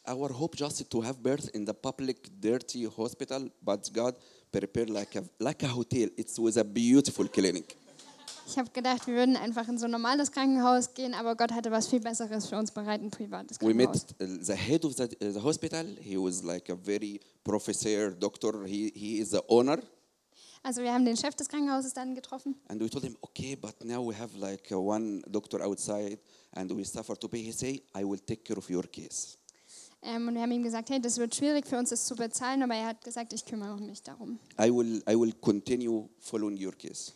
[SPEAKER 1] Our hope just to have birth in the public dirty hospital, but God prepared like a, like a hotel. It was a beautiful clinic.
[SPEAKER 2] Ich habe gedacht, wir würden einfach in so ein normales Krankenhaus gehen, aber Gott hatte was viel Besseres für uns bereit, ein privates
[SPEAKER 1] We met
[SPEAKER 2] Krankenhaus.
[SPEAKER 1] uh, the head of the, uh, the hospital. He was like a very professor, doctor. He, he is the owner.
[SPEAKER 2] Also wir haben den Chef des Krankenhauses dann getroffen
[SPEAKER 1] And we told him, okay, but now we have like uh, one doctor outside and we suffer to pay. He say, I will take care of your case.
[SPEAKER 2] ähm, und wir haben ihm gesagt, hey, das wird schwierig für uns, das zu bezahlen, aber er hat gesagt, ich kümmere mich darum.
[SPEAKER 1] I will, I will continue following your case.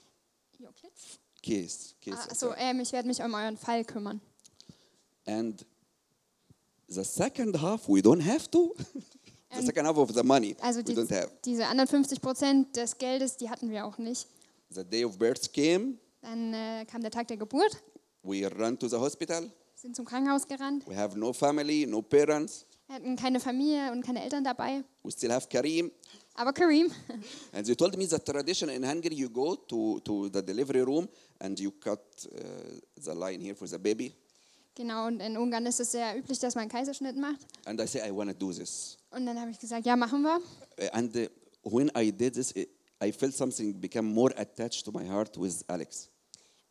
[SPEAKER 2] Your kids?
[SPEAKER 1] Case, case.
[SPEAKER 2] Ah,
[SPEAKER 1] I'm
[SPEAKER 2] also
[SPEAKER 1] sorry.
[SPEAKER 2] ähm, ich werde mich um euren Fall kümmern.
[SPEAKER 1] And the second half, we don't have to. the
[SPEAKER 2] And-
[SPEAKER 1] second half of the money,
[SPEAKER 2] Also
[SPEAKER 1] we
[SPEAKER 2] die,
[SPEAKER 1] don't have.
[SPEAKER 2] diese anderen 50 Prozent des Geldes, die hatten wir auch nicht.
[SPEAKER 1] The day of birth came.
[SPEAKER 2] Dann äh, kam der Tag der Geburt,
[SPEAKER 1] We run to the hospital.
[SPEAKER 2] sind zum Krankenhaus gerannt,
[SPEAKER 1] We have no family, no parents.
[SPEAKER 2] wir hatten keine Familie und keine Eltern dabei.
[SPEAKER 1] We still have Karim.
[SPEAKER 2] Aber Kareem,
[SPEAKER 1] And they told me that tradition in Hungary, you go to, to the delivery room and you cut uh, the line here for the baby.
[SPEAKER 2] genau, und in Ungarn ist es sehr üblich, dass man einen Kaiserschnitt macht.
[SPEAKER 1] And I say, I want to do this.
[SPEAKER 2] Und dann habe ich gesagt, ja, machen wir.
[SPEAKER 1] Uh, And uh, when I did this, it, I felt something become more attached to my heart with Alex.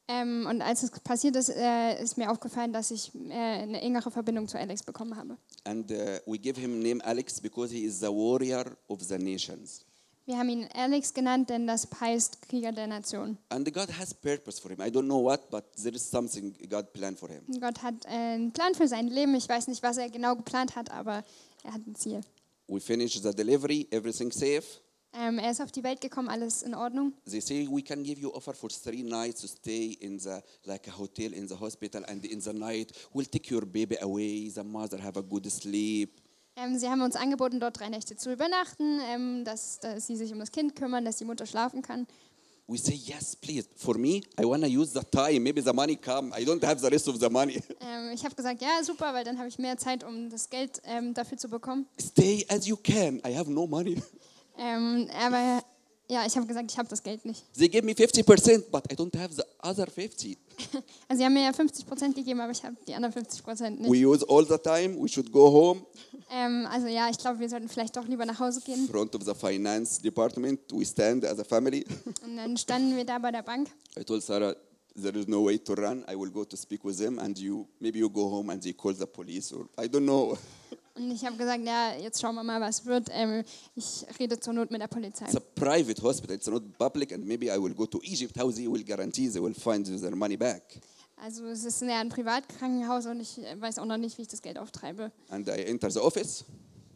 [SPEAKER 2] Ähm, und als es passiert ist, äh, ist mir aufgefallen, dass ich äh, eine engere Verbindung zu Alex bekommen habe.
[SPEAKER 1] And uh, we give him name Alex because he is the warrior of the nations.
[SPEAKER 2] Wir haben ihn Alex genannt, denn das heißt Krieger der Nation.
[SPEAKER 1] And God has purpose for him. I don't know what, but there is something God planned for him.
[SPEAKER 2] Gott hat äh, einen Plan für sein Leben. Ich weiß nicht, was er genau geplant hat, aber er hat ein Ziel.
[SPEAKER 1] We finish the delivery, everything safe.
[SPEAKER 2] Ähm, er ist auf die Welt gekommen, alles in Ordnung.
[SPEAKER 1] they say we can give you offer for three nights to stay in the like a hotel in the hospital and in the night we'll take your baby away the mother have a good sleep
[SPEAKER 2] Ähm, sie haben uns angeboten, dort drei Nächte zu übernachten, ähm, dass, dass sie sich um das Kind kümmern, dass die Mutter schlafen kann.
[SPEAKER 1] we say yes please for me i want to use the time maybe the money come i don't have the rest of the money
[SPEAKER 2] Ähm, ich habe gesagt, ja, super, weil dann habe ich mehr Zeit, um das Geld ähm, dafür zu bekommen.
[SPEAKER 1] stay as you can i have no money
[SPEAKER 2] Ähm, aber ja, ich habe gesagt, ich habe das Geld nicht.
[SPEAKER 1] they give me 50% but i don't have the other 50
[SPEAKER 2] Also sie haben mir ja 50 Prozent gegeben, aber ich habe die anderen 50 Prozent nicht.
[SPEAKER 1] we use all the time we should go home
[SPEAKER 2] Ähm, also ja, ich glaube, wir sollten vielleicht doch lieber nach Hause gehen.
[SPEAKER 1] front of the finance department we stand as a family
[SPEAKER 2] Und dann standen wir da bei der Bank.
[SPEAKER 1] I told Sarah, there is no way to run. I will go to speak with them, and you maybe you go home and they call the police or I don't know.
[SPEAKER 2] Und ich habe gesagt, ja, jetzt schauen wir mal, was wird. Ähm, ich rede zur Not mit der Polizei.
[SPEAKER 1] It's a private hospital. It's not public, and maybe I will go to Egypt. How they will guarantee they will find their money back?
[SPEAKER 2] Also es ist ja ein Privatkrankenhaus und ich äh, weiß auch noch nicht, wie ich das Geld auftreibe.
[SPEAKER 1] And I enter the office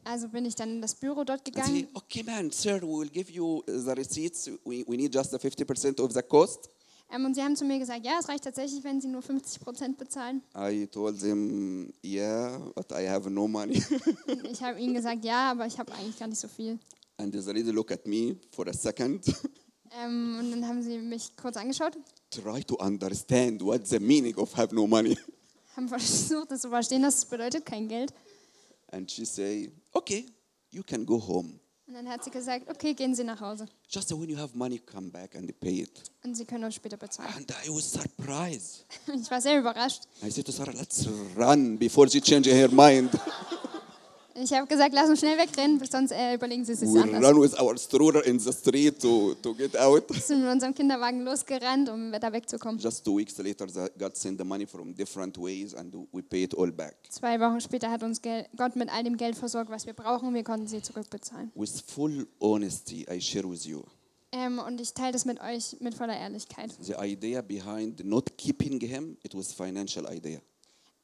[SPEAKER 2] Also bin ich dann in das Büro dort
[SPEAKER 1] and say,
[SPEAKER 2] gegangen.
[SPEAKER 1] okay, man, sir, we will give you the receipts. We, we need just the 50% of the cost.
[SPEAKER 2] Ähm, und sie haben zu mir gesagt, ja, es reicht tatsächlich, wenn sie nur 50 Prozent bezahlen.
[SPEAKER 1] I told them, yeah, but I have no money.
[SPEAKER 2] Und ich habe ihnen gesagt, ja, aber ich habe eigentlich gar nicht so viel.
[SPEAKER 1] and the lady look at me for a second,
[SPEAKER 2] Ähm, und dann haben sie mich kurz angeschaut,
[SPEAKER 1] try to understand what's the meaning of have no money.
[SPEAKER 2] haben versucht, das zu verstehen, dass es bedeutet kein Geld.
[SPEAKER 1] And she say, okay, you can go home.
[SPEAKER 2] Und dann hat sie gesagt, okay, gehen Sie nach Hause
[SPEAKER 1] Just when you have money, come back and pay it.
[SPEAKER 2] und Sie können uns später bezahlen.
[SPEAKER 1] And I was surprised.
[SPEAKER 2] Ich war sehr überrascht.
[SPEAKER 1] I said to Sarah, let's run before she changes her mind.
[SPEAKER 2] Ich habe gesagt, lass uns schnell wegrennen, bis sonst äh, überlegen Sie es sich
[SPEAKER 1] we
[SPEAKER 2] anders.
[SPEAKER 1] run with our stroller in the street to, to get out.
[SPEAKER 2] Wir sind mit unserem Kinderwagen losgerannt, um da wegzukommen.
[SPEAKER 1] Just two weeks later, the- God sent the money from different ways and we pay it all back.
[SPEAKER 2] Zwei Wochen später hat uns Gel Gott mit all dem Geld versorgt, was wir brauchen. Wir konnten sie zurückbezahlen.
[SPEAKER 1] With full honesty, I share with you
[SPEAKER 2] Ähm, und ich teile das mit euch mit voller Ehrlichkeit.
[SPEAKER 1] the idea behind not keeping him, it was financial idea.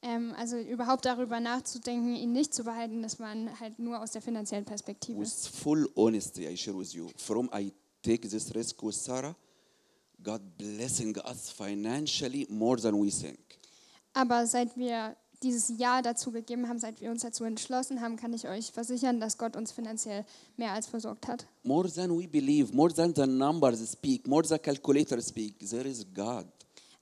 [SPEAKER 2] Ähm, also überhaupt darüber nachzudenken, ihn nicht zu behalten, das waren halt nur aus der finanziellen Perspektive.
[SPEAKER 1] With full honesty, I share with you. From I take this risk with Sarah, God blessing us financially more than we think.
[SPEAKER 2] Aber seit wir dieses Ja dazu gegeben haben, seit wir uns dazu entschlossen haben, kann ich euch versichern, dass Gott uns finanziell mehr als versorgt hat.
[SPEAKER 1] More than we believe, more than the numbers speak, more than calculators speak. There is God.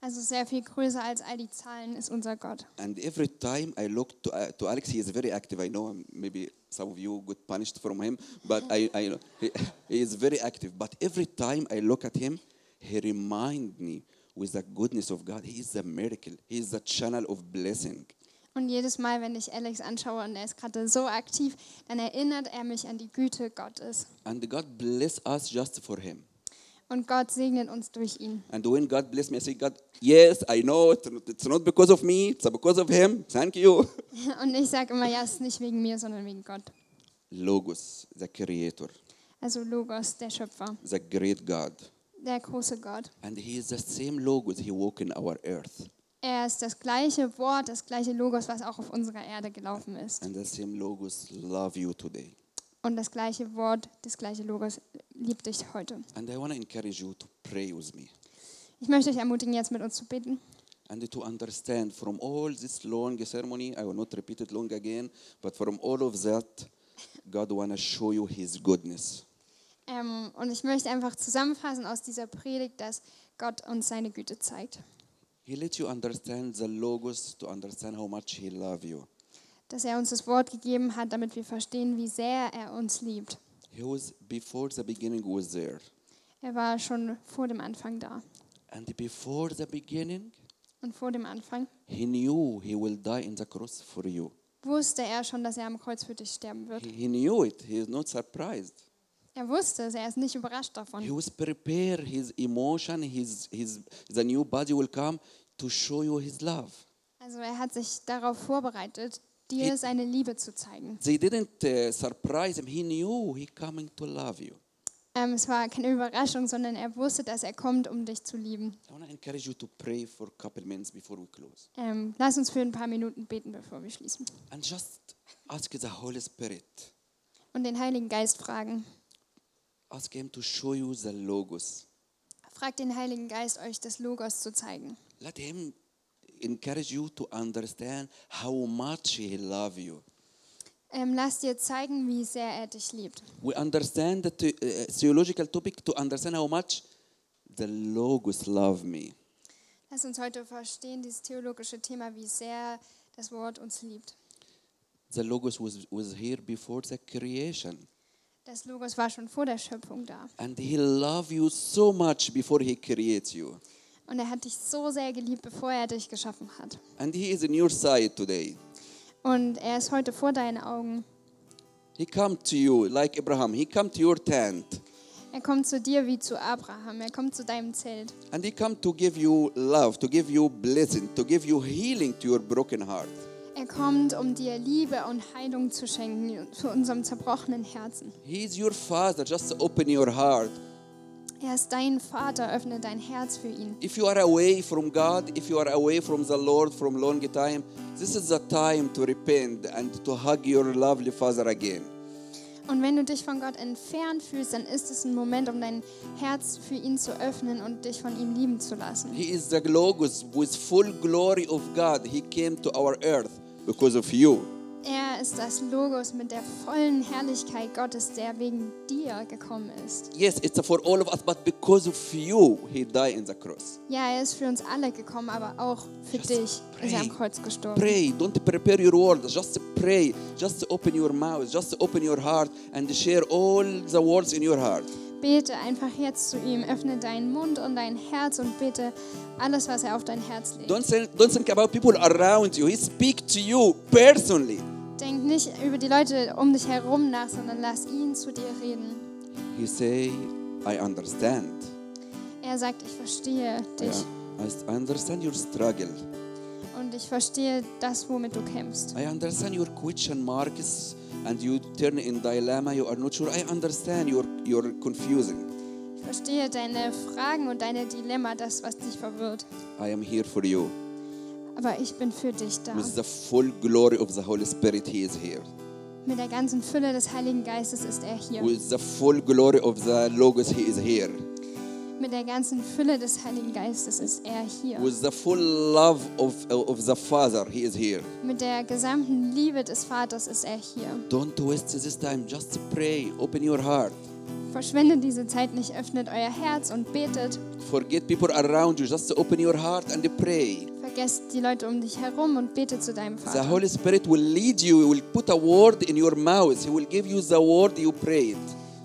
[SPEAKER 2] Also sehr viel größer als all die Zahlen ist unser Gott.
[SPEAKER 1] And every time I look to, uh, to Alex, he is very active. I know um, maybe some of you got punished from him, but I, I know he, he is very active. But every time I look at him, he reminds me with the goodness of God. He is a miracle. He is the channel of blessing.
[SPEAKER 2] Und jedes Mal, wenn ich Alex anschaue und er ist gerade so aktiv, dann erinnert er mich an die Güte Gottes.
[SPEAKER 1] And God bless us just for him.
[SPEAKER 2] Und Gott segnet uns durch ihn.
[SPEAKER 1] And when God bless me, I say, God, yes, I know it. It's not because of me. It's because of him. Thank you.
[SPEAKER 2] Und ich sage immer, ja, es ist nicht wegen mir, sondern wegen Gott.
[SPEAKER 1] Logos, the creator,
[SPEAKER 2] Also Logos, der Schöpfer,
[SPEAKER 1] the great God.
[SPEAKER 2] der große Gott.
[SPEAKER 1] And he is the same Logos. He walk in our earth.
[SPEAKER 2] Er ist das gleiche Wort, das gleiche Logos, was auch auf unserer Erde gelaufen ist.
[SPEAKER 1] And the same Logos love you today.
[SPEAKER 2] Und das gleiche Wort, das gleiche Logos liebt dich heute.
[SPEAKER 1] And I want to encourage you to pray with me
[SPEAKER 2] Ich möchte euch ermutigen, jetzt mit uns zu beten.
[SPEAKER 1] and to understand from all this long ceremony, I will not repeat it long again, but from all of that, God want to show you his goodness.
[SPEAKER 2] Ähm, und ich möchte einfach zusammenfassen aus dieser Predigt, dass Gott uns seine Güte zeigt.
[SPEAKER 1] He let you understand the Logos to understand how much he love you.
[SPEAKER 2] Dass er uns das Wort gegeben hat, damit wir verstehen, wie sehr er uns liebt.
[SPEAKER 1] He was before the beginning was there.
[SPEAKER 2] Er war schon vor dem Anfang da.
[SPEAKER 1] And before the beginning,
[SPEAKER 2] Und vor dem Anfang
[SPEAKER 1] he knew he will die in the cross for you.
[SPEAKER 2] wusste er schon, dass er am Kreuz für dich sterben wird.
[SPEAKER 1] He, he knew it. He is not surprised.
[SPEAKER 2] Er wusste es, er ist nicht überrascht
[SPEAKER 1] He
[SPEAKER 2] davon.
[SPEAKER 1] was prepare his emotion, his, his the new body will come to show you his love.
[SPEAKER 2] Also er hat sich darauf vorbereitet, dir seine Liebe zu zeigen.
[SPEAKER 1] They didn't uh, surprise him. He knew he coming to love you.
[SPEAKER 2] Ähm, es war keine Überraschung, sondern er wusste, dass er kommt, um dich zu lieben.
[SPEAKER 1] I want to encourage you to pray for a couple minutes before we close.
[SPEAKER 2] Ähm, lass uns für ein paar Minuten beten, bevor wir schließen.
[SPEAKER 1] And just ask the Holy Spirit.
[SPEAKER 2] Und den Heiligen Geist fragen.
[SPEAKER 1] Ask him to show you the logos.
[SPEAKER 2] Fragt den Heiligen Geist, euch das Logos zu zeigen.
[SPEAKER 1] Let him encourage you to understand how much he love you.
[SPEAKER 2] Ähm, lass dir zeigen, wie sehr er dich liebt.
[SPEAKER 1] We understand the the- uh, theological topic to understand how much the logos love me.
[SPEAKER 2] Lass uns heute verstehen, dieses theologische Thema, wie sehr das Wort uns liebt.
[SPEAKER 1] The logos was, was here before the creation.
[SPEAKER 2] Das Logos war schon vor der Schöpfung da.
[SPEAKER 1] And he love you so much before he creates you.
[SPEAKER 2] Und er hat dich so sehr geliebt, bevor er dich geschaffen hat.
[SPEAKER 1] And he is in your side today.
[SPEAKER 2] Und er ist heute vor deinen Augen.
[SPEAKER 1] He come to you like Abraham. He come to your tent.
[SPEAKER 2] Er kommt zu dir wie zu Abraham. Er kommt zu deinem Zelt.
[SPEAKER 1] And he come to give you love, to give you blessing, to give you healing to your broken heart.
[SPEAKER 2] Er kommt, um dir Liebe und Heilung zu schenken zu unserem zerbrochenen Herzen.
[SPEAKER 1] He is your father. Just open your heart.
[SPEAKER 2] Er ist dein Vater. Öffne dein Herz für ihn.
[SPEAKER 1] If you are away from God, if you are away from the Lord from long time, this is the time to repent and to hug your lovely father again.
[SPEAKER 2] Und wenn du dich von Gott entfernt fühlst, dann ist es ein Moment, um dein Herz für ihn zu öffnen und dich von ihm lieben zu lassen.
[SPEAKER 1] He is the Logos with full glory of God. He came to our earth because of you.
[SPEAKER 2] Er ist das Logos mit der vollen Herrlichkeit Gottes, der wegen dir gekommen ist.
[SPEAKER 1] Yes, it's for all of us, but because of you, he died in the cross.
[SPEAKER 2] Ja, er ist für uns alle gekommen, aber auch für
[SPEAKER 1] Just
[SPEAKER 2] dich
[SPEAKER 1] pray.
[SPEAKER 2] ist er am Kreuz gestorben.
[SPEAKER 1] Pray. Don't prepare your words. Just pray. Just open your mouth. Just open your heart and share all the words in your heart.
[SPEAKER 2] Bete einfach jetzt zu ihm, öffne deinen Mund und dein Herz und bete alles, was er auf dein Herz legt.
[SPEAKER 1] Don't think, don't think about people around you. He speak to you personally.
[SPEAKER 2] Denk nicht über die Leute um dich herum nach, sondern lass ihn zu dir reden.
[SPEAKER 1] He say, I understand.
[SPEAKER 2] Er sagt, ich verstehe dich
[SPEAKER 1] I, I understand your struggle.
[SPEAKER 2] und ich verstehe das, womit du kämpfst.
[SPEAKER 1] I understand your question marks and you turn in dilemma. You are not sure. I understand your your confusing.
[SPEAKER 2] Ich verstehe deine Fragen und deine Dilemma, das, was dich verwirrt.
[SPEAKER 1] I am here for you.
[SPEAKER 2] aber ich bin für dich da.
[SPEAKER 1] with the full glory of the Holy Spirit, He is here.
[SPEAKER 2] Mit der ganzen Fülle des Heiligen Geistes ist er hier.
[SPEAKER 1] With the full glory of the Logos, He is here.
[SPEAKER 2] Mit der ganzen Fülle des Heiligen Geistes ist er hier.
[SPEAKER 1] With the full love of, uh, of the Father, He is here.
[SPEAKER 2] Mit der gesamten Liebe des Vaters ist er hier.
[SPEAKER 1] Don't waste this time. Just pray. Open your heart.
[SPEAKER 2] Verschwendet diese Zeit nicht, öffnet euer Herz und betet.
[SPEAKER 1] Forget people around you. Just open your heart and pray.
[SPEAKER 2] Vergesst die Leute um dich herum und betet zu deinem
[SPEAKER 1] The
[SPEAKER 2] Vater.
[SPEAKER 1] Holy Spirit will lead you. He will put a word in your mouth. He will give you the word you prayed.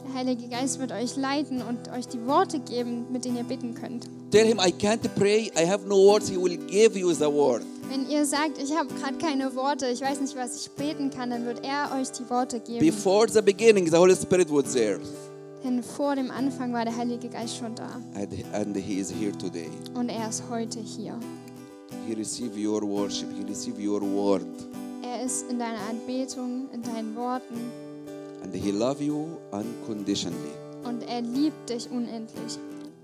[SPEAKER 2] Der Heilige Geist wird euch leiten und euch die Worte geben, mit denen ihr beten könnt.
[SPEAKER 1] Tell him, I can't pray. I have no words. He will give you the word.
[SPEAKER 2] Wenn ihr sagt, ich habe gerade keine Worte, ich weiß nicht, was ich beten kann, dann wird er euch die Worte geben.
[SPEAKER 1] Before the beginning, the Holy Spirit was there.
[SPEAKER 2] Denn vor dem Anfang war der Heilige Geist schon da
[SPEAKER 1] And, and he is here today.
[SPEAKER 2] und er ist heute hier.
[SPEAKER 1] He receive your worship. He receive your word.
[SPEAKER 2] Er ist in deiner Anbetung, in deinen Worten
[SPEAKER 1] And he love you unconditionally
[SPEAKER 2] und er liebt dich unendlich,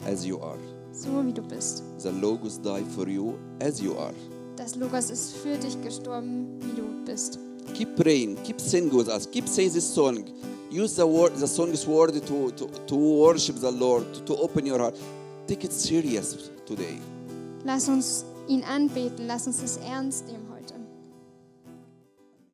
[SPEAKER 1] as you are.
[SPEAKER 2] so wie du bist.
[SPEAKER 1] The Logos died for you as you are.
[SPEAKER 2] Das Logos ist für dich gestorben, wie du bist.
[SPEAKER 1] Keep praying. Keep sing with us. Keep say this song. Use the word, the song's word to, to, to worship the Lord, to, to open your heart. Take it serious today.
[SPEAKER 2] Lass uns ihn anbeten, lass uns es ernst nehmen